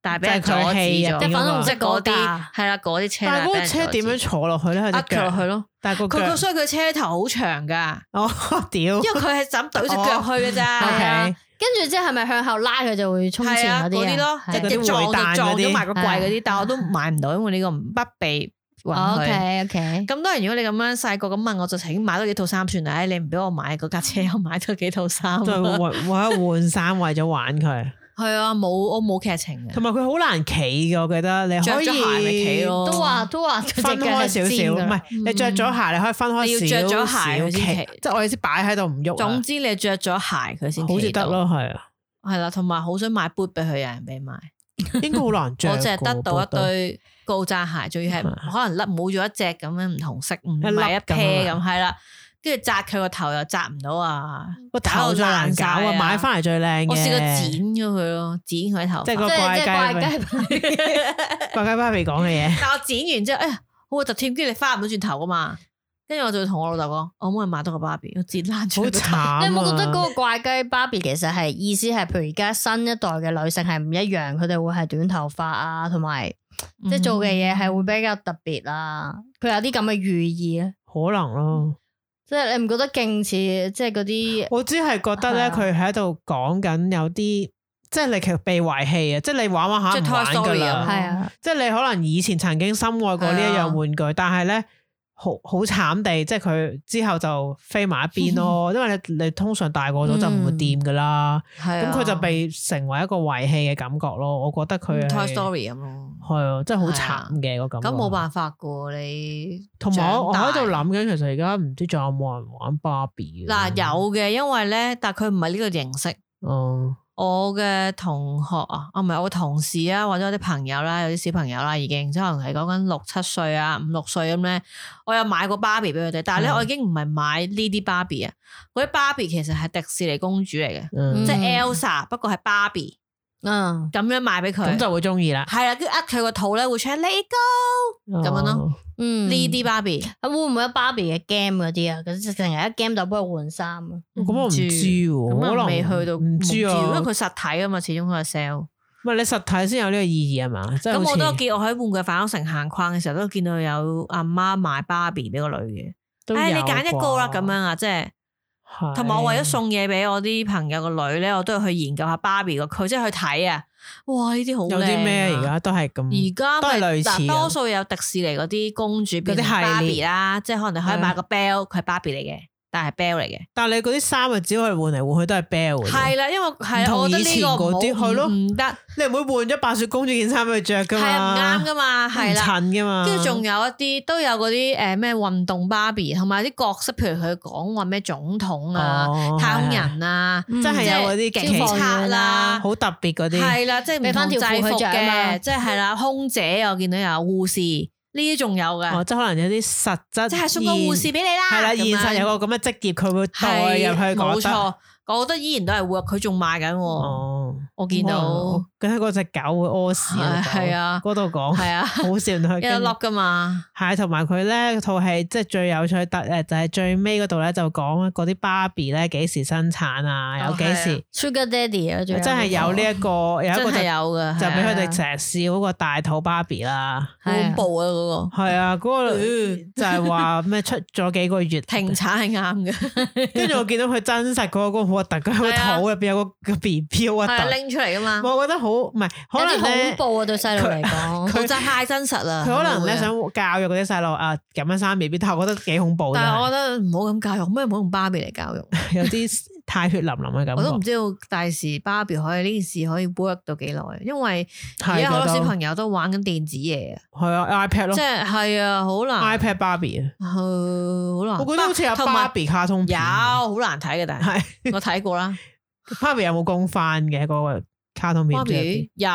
Speaker 5: 但係俾人阻
Speaker 3: 就係佢戲入
Speaker 5: 止
Speaker 3: 邊
Speaker 5: 咗，
Speaker 3: 嗰個
Speaker 5: 即係嗰啲係啦，嗰啲車啦。
Speaker 3: 但係嗰
Speaker 5: 俾
Speaker 3: 個
Speaker 5: 人
Speaker 3: 車
Speaker 5: 阻
Speaker 3: 點樣
Speaker 5: 止
Speaker 3: 坐落去咧？佢
Speaker 5: 壓
Speaker 3: 隻
Speaker 5: 佢落去
Speaker 3: 腳，
Speaker 5: 咯？
Speaker 3: 但係個
Speaker 5: 佢
Speaker 3: 腳
Speaker 5: 佢，所以佢車頭好長噶，
Speaker 3: 哦屌
Speaker 5: 因為佢係就咁懟只腳去嘅咋。
Speaker 4: 係啊
Speaker 3: ，OK，
Speaker 4: 跟住之後係咪向後拉佢就會衝
Speaker 5: 係
Speaker 4: 前嗰
Speaker 5: 啊，嗰
Speaker 4: 啲
Speaker 5: 啲咯，
Speaker 3: 係
Speaker 5: 即
Speaker 3: 嗰
Speaker 5: 係
Speaker 3: 啲
Speaker 5: 撞
Speaker 3: 會彈
Speaker 5: 就撞
Speaker 3: 嗰啲
Speaker 5: 咗埋個櫃嗰
Speaker 4: 係
Speaker 5: 啲，但我都買唔到，因為呢個唔不被允
Speaker 4: ？O
Speaker 5: 許。
Speaker 4: K O K，
Speaker 5: 咁當然，如果你咁樣細個咁問我，就請買多幾套衫算啦。唉，你唔俾我買嗰架車，我買多幾套衫。
Speaker 3: 就為
Speaker 5: 係
Speaker 3: 為換衫為咗玩佢，
Speaker 5: 啊，冇我冇劇情嘅
Speaker 3: 同，埋佢好難企嘅，我記得你
Speaker 5: 着
Speaker 3: 可
Speaker 5: 咗鞋咪企
Speaker 3: 以
Speaker 5: 咯。
Speaker 4: 都話都話佢隻腳
Speaker 3: 分開
Speaker 4: 係
Speaker 3: 少
Speaker 4: 尖
Speaker 3: 少，
Speaker 4: 㗎
Speaker 3: 唔係你着咗鞋你可以分開
Speaker 5: 嗯你要
Speaker 3: 少
Speaker 5: 着
Speaker 3: 少
Speaker 5: 咗鞋佢先
Speaker 3: 企
Speaker 5: 企
Speaker 3: 即係我意思擺喺度唔喐啊，
Speaker 5: 總之你着咗鞋佢先，
Speaker 3: 好似得。咯，係啊，
Speaker 5: 係啦，同埋好想買 boot 俾佢，有人俾買。
Speaker 3: 應該好難着
Speaker 5: 我
Speaker 3: 㗎。
Speaker 5: 淨係得到一堆高踭鞋，仲要係
Speaker 3: 係
Speaker 5: 可能甩冇咗一隻咁樣唔同色，唔
Speaker 3: 一粒
Speaker 5: 係一
Speaker 3: 咁
Speaker 5: pair
Speaker 3: 啊
Speaker 5: 咁，係啦。跟住紮佢個頭又紮唔到啊！
Speaker 3: 個頭最難搞
Speaker 5: 搞到爛
Speaker 3: 啊，
Speaker 5: 晒啊
Speaker 3: 買翻嚟最靚嘅。
Speaker 5: 我試過剪咗佢咯，剪佢頭髮。
Speaker 3: 即係
Speaker 4: 即
Speaker 3: 個
Speaker 4: 係即係
Speaker 3: 怪雞
Speaker 4: 怪雞芭 比。
Speaker 3: 怪雞芭比講嘅嘢。
Speaker 5: 但我剪完之後，哎呀，好核突添，跟住你翻唔到轉頭噶嘛。跟住我就會同我老豆講，我可唔可以買多個芭比？我自爛
Speaker 3: 好
Speaker 5: 咗，
Speaker 3: 慘啊！
Speaker 4: 你有冇覺得嗰個怪雞芭比其實係意思係，譬如而家新一代嘅女性係唔一樣，佢哋會係短頭髮啊，同埋即係做嘅嘢係會比較特別啊。佢有啲咁嘅寓意啊，
Speaker 3: 可能咯？
Speaker 4: 即係你唔覺得勁似即係嗰啲
Speaker 3: 我只係覺
Speaker 5: 啊
Speaker 3: 得咧，
Speaker 4: 係
Speaker 3: 佢喺度講緊有啲，即係你其實被遺棄啊！即係你玩玩下
Speaker 5: 即係
Speaker 3: 唔
Speaker 5: Toy
Speaker 3: 玩㗎
Speaker 5: Story
Speaker 3: 啦
Speaker 5: 啊，
Speaker 4: 係啊，
Speaker 3: 即係你可能以前曾經深愛過呢一
Speaker 5: 係啊
Speaker 3: 樣玩具，但係咧好好慘地，即係佢之後就飛埋一邊咯。 因為你你通常大個咗就唔會掂噶啦，
Speaker 5: 咁
Speaker 3: 嗯咁佢就被成為一個遺棄嘅感覺咯。我覺得佢係
Speaker 5: Toy Story 咁咯。
Speaker 3: 係啊，真係好慘嘅個感覺。
Speaker 5: 咁冇辦法噶，你
Speaker 3: 同埋我我喺度
Speaker 5: 長大
Speaker 3: 諗緊，其實而家唔知仲有冇人玩芭比
Speaker 5: 嗱有嘅，因為咧，但佢唔係呢個形式。
Speaker 3: 哦，
Speaker 5: 我嘅同學啊，啊唔係我同事啊，或者我啲朋友啦，有啲小朋友啦，已經即係可能係講緊六七歲啊，五六歲咁咧，我有買過芭比俾佢哋，但係咧
Speaker 3: 嗯
Speaker 5: 我已經唔係買呢啲芭比啊，嗰啲芭比其實係迪士尼公主嚟嘅，
Speaker 3: 嗯
Speaker 5: 即係
Speaker 4: 嗯
Speaker 5: Elsa，不過係芭比
Speaker 4: 嗯，
Speaker 5: 咁樣賣俾佢，
Speaker 3: 咁就會中意啦。
Speaker 5: 係啦，跟住呃佢個肚咧會唱 Let It Go 咁樣咯，
Speaker 3: 哦，
Speaker 4: 嗯
Speaker 5: 呢啲芭比，
Speaker 4: 會唔會有芭比嘅 game 嗰啲啊？佢成日一 game 就幫佢換衫啊。
Speaker 3: 咁我唔知喎，
Speaker 5: 咁
Speaker 3: 可
Speaker 5: 我
Speaker 3: 能
Speaker 5: 未去到
Speaker 3: 唔知啊，
Speaker 5: 因為佢實體啊嘛，始終佢係 sell。
Speaker 3: 唔係你實體先有呢個意義係嘛？即係
Speaker 5: 咁
Speaker 3: 好似
Speaker 5: 我都有見我喺玩具反斗城行框嘅時候，都見到有阿媽買芭比俾個女嘅。
Speaker 3: 都
Speaker 5: 唉，你
Speaker 3: 有
Speaker 5: 揀一個啦，
Speaker 3: 啩
Speaker 5: 咁樣啊，即係
Speaker 3: 係
Speaker 5: 同埋我為咗送嘢俾我啲朋友個女咧，我都要去研究下芭比個區，即係去睇啊！哇，呢啲好啊嗯
Speaker 3: 有啲咩而家都係咁，
Speaker 5: 家而家
Speaker 3: 都係
Speaker 5: 咪
Speaker 3: 類似
Speaker 5: 嗱
Speaker 3: 啊
Speaker 5: 多數有迪士尼嗰啲公主變
Speaker 3: 嗰啲
Speaker 5: 成
Speaker 3: 系列
Speaker 5: 芭比啦，即係可能你可
Speaker 3: 係
Speaker 5: 以
Speaker 3: 啊
Speaker 5: 買個 Bell，佢係芭比嚟嘅，但係 Bell 嚟嘅，
Speaker 3: 但係你嗰啲衫啊，只可以換嚟換去都係 Bell 嘅啫
Speaker 5: 係啦，因為係
Speaker 3: 唔
Speaker 5: 啦
Speaker 3: 同
Speaker 5: 我覺得
Speaker 3: 以
Speaker 5: 呢
Speaker 3: 前
Speaker 5: 個
Speaker 3: 嗰啲
Speaker 5: 唔好
Speaker 3: 係咯
Speaker 5: 唔得，
Speaker 3: 你唔會換咗白雪公主件衫去着噶
Speaker 5: 係啊，
Speaker 3: 嘛？
Speaker 5: 唔啱噶嘛，係啦。
Speaker 3: 唔襯噶嘛？
Speaker 5: 跟住仲有一啲都有嗰啲誒咩運動芭比，同埋啲角色，譬如佢講話咩總統啊、
Speaker 3: 哦
Speaker 5: 太空人啊，
Speaker 4: 嗯
Speaker 3: 真係有嗰啲
Speaker 5: 即係
Speaker 3: 奇
Speaker 5: 警察啦。
Speaker 3: 好特別嗰啲，
Speaker 5: 係啦，即係唔
Speaker 4: 俾返
Speaker 5: 同制
Speaker 4: 條褲佢
Speaker 5: 服
Speaker 4: 着啊嘛
Speaker 5: 嘅，即係係啦，空姐我見到有護士呢啲仲有
Speaker 3: 哦，
Speaker 5: 嘅，
Speaker 3: 即係可能有啲實質，
Speaker 5: 即係送個護士俾你啦。
Speaker 3: 係啦，
Speaker 5: 咁樣
Speaker 3: 現實有個咁嘅職業，佢會代入去
Speaker 5: 係
Speaker 3: 講
Speaker 5: 冇
Speaker 3: 得
Speaker 5: 錯，我覺得依然都係 work，佢仲賣緊
Speaker 3: Ờ.
Speaker 5: 喎，
Speaker 3: 哦，
Speaker 5: 我見到
Speaker 3: 佢喺嗰只狗會屙屎
Speaker 5: 係係啊
Speaker 3: 嗰度講
Speaker 5: 係啊，
Speaker 3: 好笑佢
Speaker 5: 一粒粒噶嘛，
Speaker 3: 係，同埋佢咧套戲即係最有趣特誒，就係最尾嗰度咧就講嗰啲芭比咧幾時生產啊，有
Speaker 5: 哦
Speaker 3: 幾時
Speaker 4: Sugar Daddy 啊，仲
Speaker 3: 真係有呢一個有一
Speaker 5: 真
Speaker 3: 個就
Speaker 5: 係有嘅，
Speaker 3: 就俾佢哋
Speaker 5: 係啊
Speaker 3: 成日笑嗰個大肚芭比啦，
Speaker 5: 啊好恐怖啊嗰個
Speaker 3: 係 啊，嗰個就係話咩出咗幾個月
Speaker 5: 嗯停產係啱嘅，
Speaker 3: 跟住我見到佢真實嗰個好核突，佢個
Speaker 5: 係啊
Speaker 3: 肚入邊有個個 B B 好核
Speaker 5: 係啊
Speaker 3: 突，
Speaker 5: 拎出嚟噶嘛，
Speaker 3: 我覺得好唔係，
Speaker 4: 有
Speaker 3: 可能
Speaker 4: 啲恐
Speaker 3: 咧
Speaker 4: 怖啊，對細路嚟講。
Speaker 5: 佢就太真實啦，
Speaker 3: 佢可能咧
Speaker 5: 會啊
Speaker 3: 想教育嗰啲細路啊咁樣生 B B，但係我覺得幾恐怖，
Speaker 5: 但係我
Speaker 3: 真
Speaker 5: 覺得唔好咁教育，咩唔好用芭比嚟教育。
Speaker 3: 係 有啲太血淋淋嘅感
Speaker 5: 我都唔
Speaker 3: 覺。
Speaker 5: 知道第時芭比可以呢件事可以 work 到幾耐，因為而
Speaker 3: 係
Speaker 5: 家好
Speaker 3: 覺
Speaker 5: 多
Speaker 3: 得
Speaker 5: 小朋友都玩緊電子嘢啊，
Speaker 3: 係啊，iPad 咯
Speaker 5: 即係係啊，好難，
Speaker 3: ，iPad 芭比啊，
Speaker 5: 呃好難。
Speaker 3: 我覺得好似有
Speaker 5: 同
Speaker 3: 芭
Speaker 5: 埋
Speaker 3: 比卡通
Speaker 5: 有
Speaker 3: 片，
Speaker 5: 好難睇嘅，但係
Speaker 3: 係
Speaker 5: 我睇過啦，
Speaker 3: 芭比有冇公翻嘅嗰個卡通片
Speaker 5: 芭比有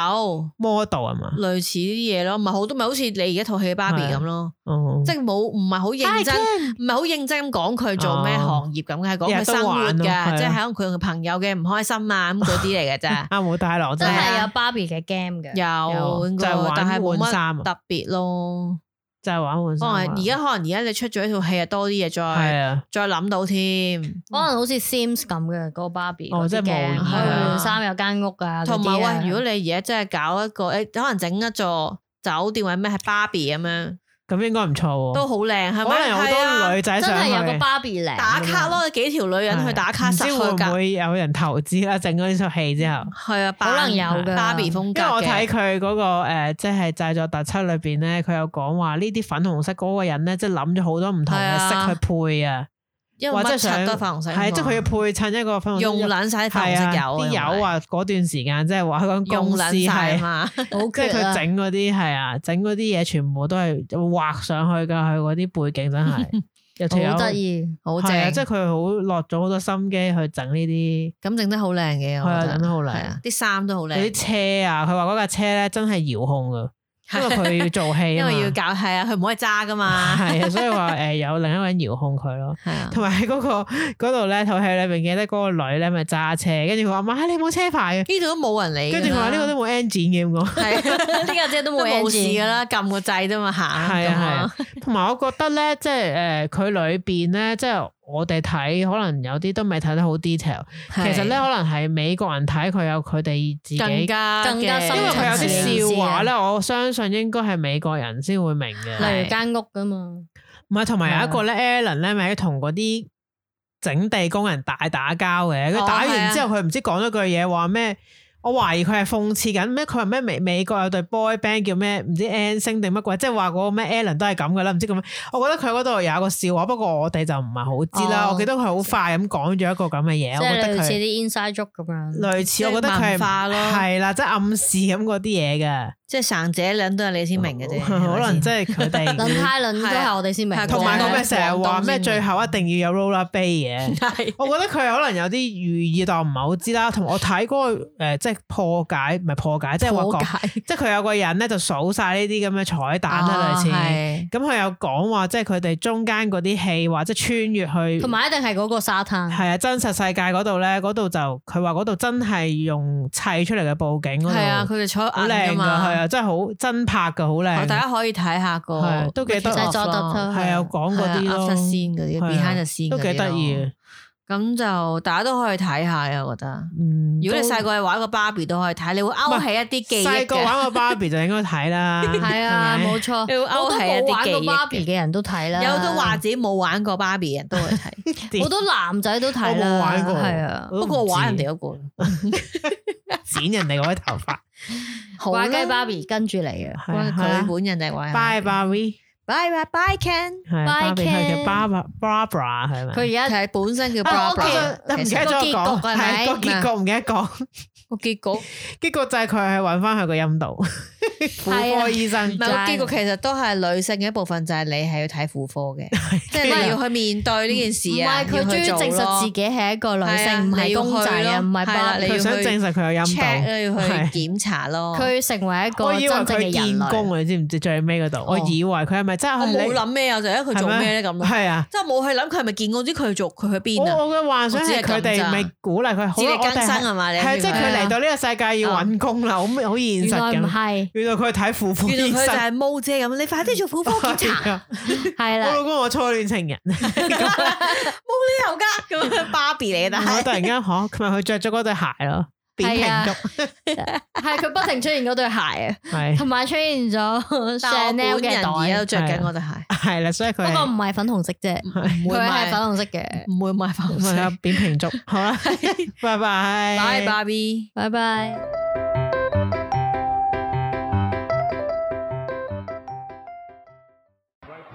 Speaker 3: model 啊嘛？
Speaker 5: 類似啲嘢咯，唔係好都唔係好似你而家套戲嘅芭比咁咯，
Speaker 3: 哦，
Speaker 5: 嗯即係冇唔係 好認真，唔係好認真咁講佢做咩
Speaker 3: 哦
Speaker 5: 行業咁嘅，係講
Speaker 3: 日
Speaker 5: 佢
Speaker 3: 日都
Speaker 5: 生活
Speaker 3: 玩咯係啊啊
Speaker 5: 㗎，即係可能佢同朋友嘅唔開心啊咁嗰啲 嚟嘅咋。
Speaker 3: 阿武大郎
Speaker 4: 真
Speaker 3: 係
Speaker 4: 係有芭比嘅 game 嘅，
Speaker 5: 有，應該
Speaker 3: 就係玩
Speaker 5: 但係冇
Speaker 3: 換衫啊
Speaker 5: 乜特別咯。
Speaker 3: 就係玩換
Speaker 5: 可
Speaker 3: 衫啊
Speaker 5: 能而家可能而家你出咗呢套戲啊，多啲嘢
Speaker 3: 係
Speaker 5: 再
Speaker 3: 啊，
Speaker 5: 再諗到添。
Speaker 4: 可能好似 Sims 咁嘅嗰個芭比，
Speaker 3: 哦即係模擬
Speaker 5: 係啊
Speaker 4: 換衫有間屋啊，
Speaker 5: 同埋
Speaker 4: 嗰啲啊
Speaker 5: 喂，如果你而家真係搞一個，你可能整一座酒店或者咩係芭比咁樣，
Speaker 3: 咁應該唔錯喎。
Speaker 5: 都好靚，係咪？
Speaker 3: 哦可能有
Speaker 5: 係
Speaker 3: 好
Speaker 5: 啊
Speaker 3: 多女仔
Speaker 4: 真
Speaker 3: 想
Speaker 4: 係有
Speaker 3: 去
Speaker 4: 個芭比嚟
Speaker 5: 打卡，咯，幾條女人去打卡
Speaker 3: 唔
Speaker 5: 十
Speaker 3: 知
Speaker 5: 去
Speaker 3: 會唔
Speaker 5: 㗎，
Speaker 3: 會有人投資啦？整咗呢套戲之後，
Speaker 5: 係啊，
Speaker 4: 可能有
Speaker 5: 嘅
Speaker 4: 㗎
Speaker 5: 芭比風格
Speaker 3: 因為我睇
Speaker 5: 嘅。
Speaker 3: 佢嗰個誒，即係製作特輯裏邊咧，佢有講話呢啲粉紅色嗰個人咧，即係諗咗好多唔同
Speaker 5: 係
Speaker 3: 嘅
Speaker 5: 啊
Speaker 3: 色去配啊，
Speaker 5: 因為
Speaker 3: 或者
Speaker 5: 乜
Speaker 3: 想
Speaker 5: 柒都係粉紅色㗎嘛，
Speaker 3: 係即係佢要配襯一個粉紅色
Speaker 5: 用撚晒啲粉紅色
Speaker 3: 係啊
Speaker 5: 油啊，
Speaker 3: 啲
Speaker 5: 因為
Speaker 3: 油啊，嗰段時間即係話佢間
Speaker 5: 用
Speaker 3: 公司
Speaker 5: 撚晒啊
Speaker 3: 係。
Speaker 5: 嘛，
Speaker 4: 好
Speaker 3: 即係
Speaker 4: 缺
Speaker 3: 佢
Speaker 4: 啊！
Speaker 3: 整嗰啲係啊，整嗰啲嘢全部都係畫上去㗎，佢嗰啲背景真 係有條友
Speaker 4: 好得意，
Speaker 5: 好
Speaker 3: 係啊
Speaker 5: 正，
Speaker 3: 即係佢好落咗好多心機去整呢啲，
Speaker 5: 咁整得好靚嘅，
Speaker 3: 係
Speaker 5: 我
Speaker 3: 啊，
Speaker 5: 覺得
Speaker 3: 整得好
Speaker 5: 係
Speaker 3: 靚。
Speaker 5: 啊，啲衫都好
Speaker 3: 有
Speaker 5: 靚
Speaker 3: 啲。車啊，佢話嗰架車咧真係遙控噶，因為佢要做戲
Speaker 5: 因
Speaker 3: 啊嘛，
Speaker 5: 為要搞係啊，佢唔可以揸噶 嘛，
Speaker 3: 係啊，所以話誒有另一個人遙控佢咯。
Speaker 5: 係啊，
Speaker 3: 同埋喺嗰個嗰度咧，套戲裏面記得嗰個女咧咪揸車，跟住佢話：媽，你冇車牌嘅。啊
Speaker 5: 呢度都冇人理㗎啦。
Speaker 3: 跟住佢話呢個都冇 engine 嘅咁講。
Speaker 5: 係啊
Speaker 4: 呢架車都
Speaker 5: 都
Speaker 4: 冇
Speaker 5: 冇
Speaker 4: engine
Speaker 5: 事噶啦，撳個掣啫嘛，行
Speaker 3: 係
Speaker 5: 咁
Speaker 3: 啊係啊，同埋我覺得咧，即係誒呃佢裏邊咧，即係我哋睇可能有啲都未睇得好 detail。其
Speaker 5: 係
Speaker 3: 實咧，可能係美國人睇佢有佢哋自己，
Speaker 5: 更
Speaker 3: 因
Speaker 5: 加
Speaker 4: 更加
Speaker 5: 嘅
Speaker 4: 深
Speaker 3: 為
Speaker 4: 層
Speaker 3: 佢有
Speaker 4: 次嘅意
Speaker 3: 啲
Speaker 4: 思
Speaker 3: 笑話
Speaker 4: 啊
Speaker 3: 咧，我相信應該係美國人先會明嘅。
Speaker 4: 例如間屋噶嘛，
Speaker 3: 唔係，同
Speaker 5: 啊
Speaker 3: 埋有一個咧，Alan 咧咪同嗰啲整地工人大打交嘅，佢
Speaker 5: 哦
Speaker 3: 打
Speaker 5: 係
Speaker 3: 完
Speaker 5: 啊
Speaker 3: 之後，佢唔知講咗句嘢話咩？我懷疑佢係諷刺緊咩？佢話咩美美國有隊 boy band 叫咩？唔知 N 星定乜鬼，即係話嗰個咩 Alan 都係咁噶啦，唔知咁樣。我覺得佢嗰度有一個笑話，不過我哋就唔係好知啦。
Speaker 4: 哦
Speaker 3: 我記得佢好快咁講咗一個咁嘅
Speaker 4: 即
Speaker 3: 嘢，我
Speaker 4: 係
Speaker 3: 覺得
Speaker 4: 類似
Speaker 3: 佢
Speaker 4: 啲 inside joke 咁樣。
Speaker 3: 類似，我覺得
Speaker 5: 即係
Speaker 3: 佢
Speaker 5: 文化
Speaker 3: 係
Speaker 5: 咯
Speaker 3: 係啦，即係暗示咁嗰啲嘢 嘅，
Speaker 5: 即係成者兩都係你先明嘅啫，
Speaker 3: 哦可能即係佢哋
Speaker 4: 輪胎輪都係我哋先明
Speaker 5: 係
Speaker 4: 嘅
Speaker 5: 啊
Speaker 4: 啫，
Speaker 3: 同埋佢
Speaker 5: 我
Speaker 3: 咪
Speaker 5: 咪
Speaker 3: 成日話咩最後一定要有 roller bay 嘅。
Speaker 5: 係
Speaker 3: 我覺得佢可能有啲寓意，但我唔係好知啦。同我睇嗰個呃即係破解，唔係破解，即係話
Speaker 5: 我
Speaker 3: 講，
Speaker 5: 解哦
Speaker 3: 即係佢有個人咧就數晒呢啲咁嘅彩蛋啦，類似。咁佢有講話，即係佢哋中間嗰啲戲，或者穿越去，
Speaker 4: 同埋一定係嗰個沙灘。
Speaker 3: 係啊真實世界嗰度咧，嗰度就佢話嗰度真係用砌出嚟嘅佈景嗰
Speaker 5: 係啊，
Speaker 3: 度，
Speaker 5: 佢哋
Speaker 3: 好
Speaker 5: 坐
Speaker 3: 靚㗎，
Speaker 5: 眼㗎
Speaker 3: 係
Speaker 5: 嘛，
Speaker 3: 啊，真係好真拍㗎，好
Speaker 5: 哦大
Speaker 3: 靚。
Speaker 5: 家可以睇下個
Speaker 3: 係，都幾得
Speaker 4: 製作得
Speaker 5: 咯
Speaker 3: 係啊，講嗰啲咯，
Speaker 5: ，after scene 嗰啲
Speaker 3: 係啊
Speaker 5: ，behind the scene
Speaker 3: 都
Speaker 5: 嗰啲
Speaker 3: 幾得意啊
Speaker 5: 咯
Speaker 3: 嘅。
Speaker 5: 咁就大家都可以睇下嘅，我覺得。
Speaker 3: 嗯，
Speaker 5: 如果
Speaker 3: 都
Speaker 5: 你細個去玩個芭比都可以睇，你會勾起一啲記憶
Speaker 3: 細個
Speaker 5: 嘅。
Speaker 3: 玩過芭比就應該睇 啦，
Speaker 4: 係啊，
Speaker 3: 係咪
Speaker 4: 冇錯。
Speaker 5: 你會
Speaker 4: 我都
Speaker 5: 勾起一
Speaker 4: 冇
Speaker 5: 啲
Speaker 4: 玩
Speaker 5: 記
Speaker 4: 過芭
Speaker 5: 憶。
Speaker 4: 比嘅人都睇啦，
Speaker 3: 啊
Speaker 5: 有都話自己冇玩過芭比嘅人都去 睇，
Speaker 4: 好多男仔都睇
Speaker 3: 我冇
Speaker 4: 啦，
Speaker 3: 玩過
Speaker 4: 係啊，
Speaker 3: 我都唔
Speaker 5: 不
Speaker 3: 知
Speaker 5: 過我玩人哋嗰個
Speaker 3: 剪人哋嗰啲頭 髮，
Speaker 5: 好啦
Speaker 4: 玩雞芭比跟住嚟嘅，
Speaker 3: 係
Speaker 5: 玩
Speaker 3: 啊
Speaker 5: 佢本人就係玩人哋。
Speaker 3: Bye Barbie，
Speaker 5: 拜拜拜 Ken，
Speaker 3: 係
Speaker 4: Bye，
Speaker 3: 芭比係叫
Speaker 4: Ken
Speaker 3: Barbara Barbara 係咪？
Speaker 4: 佢而家
Speaker 5: 係本 身叫
Speaker 4: 哦
Speaker 3: 啊我記
Speaker 5: Barbara，
Speaker 3: 得唔記
Speaker 5: 其
Speaker 3: 得
Speaker 5: 實
Speaker 3: 咗
Speaker 4: 個結
Speaker 3: 講，
Speaker 4: 局係
Speaker 3: 係
Speaker 4: 咪
Speaker 3: 個結局唔記得講，
Speaker 5: 個結局。
Speaker 3: 結局就係佢係揾翻佢個 陰道，婦
Speaker 4: 係啊
Speaker 3: 科醫生
Speaker 5: 唔係，我結局其實都係女性嘅一部分，就係你係要睇婦科 嘅，即係你要去面對呢件
Speaker 4: 唔
Speaker 5: 事啊，
Speaker 4: 係佢終於證實自己係一個女
Speaker 5: 係啊
Speaker 4: 性，唔
Speaker 5: 你
Speaker 4: 係
Speaker 5: 要去
Speaker 4: 公仔啊，
Speaker 5: 咯
Speaker 4: 唔係芭
Speaker 5: 係啦你
Speaker 4: 比
Speaker 5: 要。
Speaker 3: 佢想
Speaker 5: 去
Speaker 3: 證實佢有
Speaker 5: check 啦，
Speaker 3: 陰道，
Speaker 5: 要
Speaker 3: 係
Speaker 5: 去檢查咯。
Speaker 4: 佢成為一
Speaker 3: 我
Speaker 4: 個
Speaker 3: 以
Speaker 4: 真
Speaker 3: 為
Speaker 4: 正
Speaker 3: 佢
Speaker 4: 嘅人
Speaker 3: 見
Speaker 4: 類，
Speaker 3: 工啊，你知唔知最尾嗰度？我以為佢係咪真係
Speaker 5: 我冇
Speaker 3: 你
Speaker 5: 諗咩啊，就因為佢做咩咧咁咯，
Speaker 3: 係啊。
Speaker 5: 即係冇去諗佢係咪見過啲佢做佢去邊啊，
Speaker 3: 我我嘅幻想係佢哋咪鼓勵佢好啊
Speaker 5: 自力
Speaker 3: 啦，我
Speaker 5: 更
Speaker 3: 哋
Speaker 5: 生
Speaker 3: 係
Speaker 5: 係嘛？你
Speaker 3: 係即係佢
Speaker 5: 係啊
Speaker 3: 嚟到呢個世界要揾工啦，好好現實
Speaker 4: 原來唔
Speaker 3: 咁。
Speaker 4: 係，
Speaker 3: 原來佢係睇婦科
Speaker 5: 原
Speaker 3: 醫
Speaker 5: 來佢就
Speaker 3: 生。
Speaker 5: 係毛姐咁，你快啲做婦科檢查，
Speaker 3: 係啊我
Speaker 4: 係啦
Speaker 3: 老。公我初戀情人，
Speaker 5: 冇理由㗎咁樣芭比嚟嘅，但
Speaker 3: 我
Speaker 5: 係
Speaker 3: 突然間嚇，佢咪佢着咗嗰對鞋咯，扁平
Speaker 4: 啊
Speaker 3: 足
Speaker 4: 係佢不停出現嗰對鞋啊，
Speaker 3: 係
Speaker 4: 同埋出現咗
Speaker 5: 但我本
Speaker 4: Chanel
Speaker 5: 人
Speaker 4: 嘅
Speaker 5: 而家
Speaker 4: 袋
Speaker 5: 都，着緊我對鞋，
Speaker 3: 係啊啦，所以佢
Speaker 4: 不過
Speaker 3: 係
Speaker 4: 唔係粉紅色啫，
Speaker 5: 唔會
Speaker 4: 佢係粉
Speaker 5: 買，
Speaker 4: 紅色嘅。
Speaker 5: 唔會買粉
Speaker 3: 唔係
Speaker 5: 紅色
Speaker 3: 啊。扁平足，好 啦，拜拜，
Speaker 5: 拜芭比。
Speaker 4: 拜拜。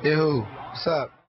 Speaker 2: Hey, who? What's up?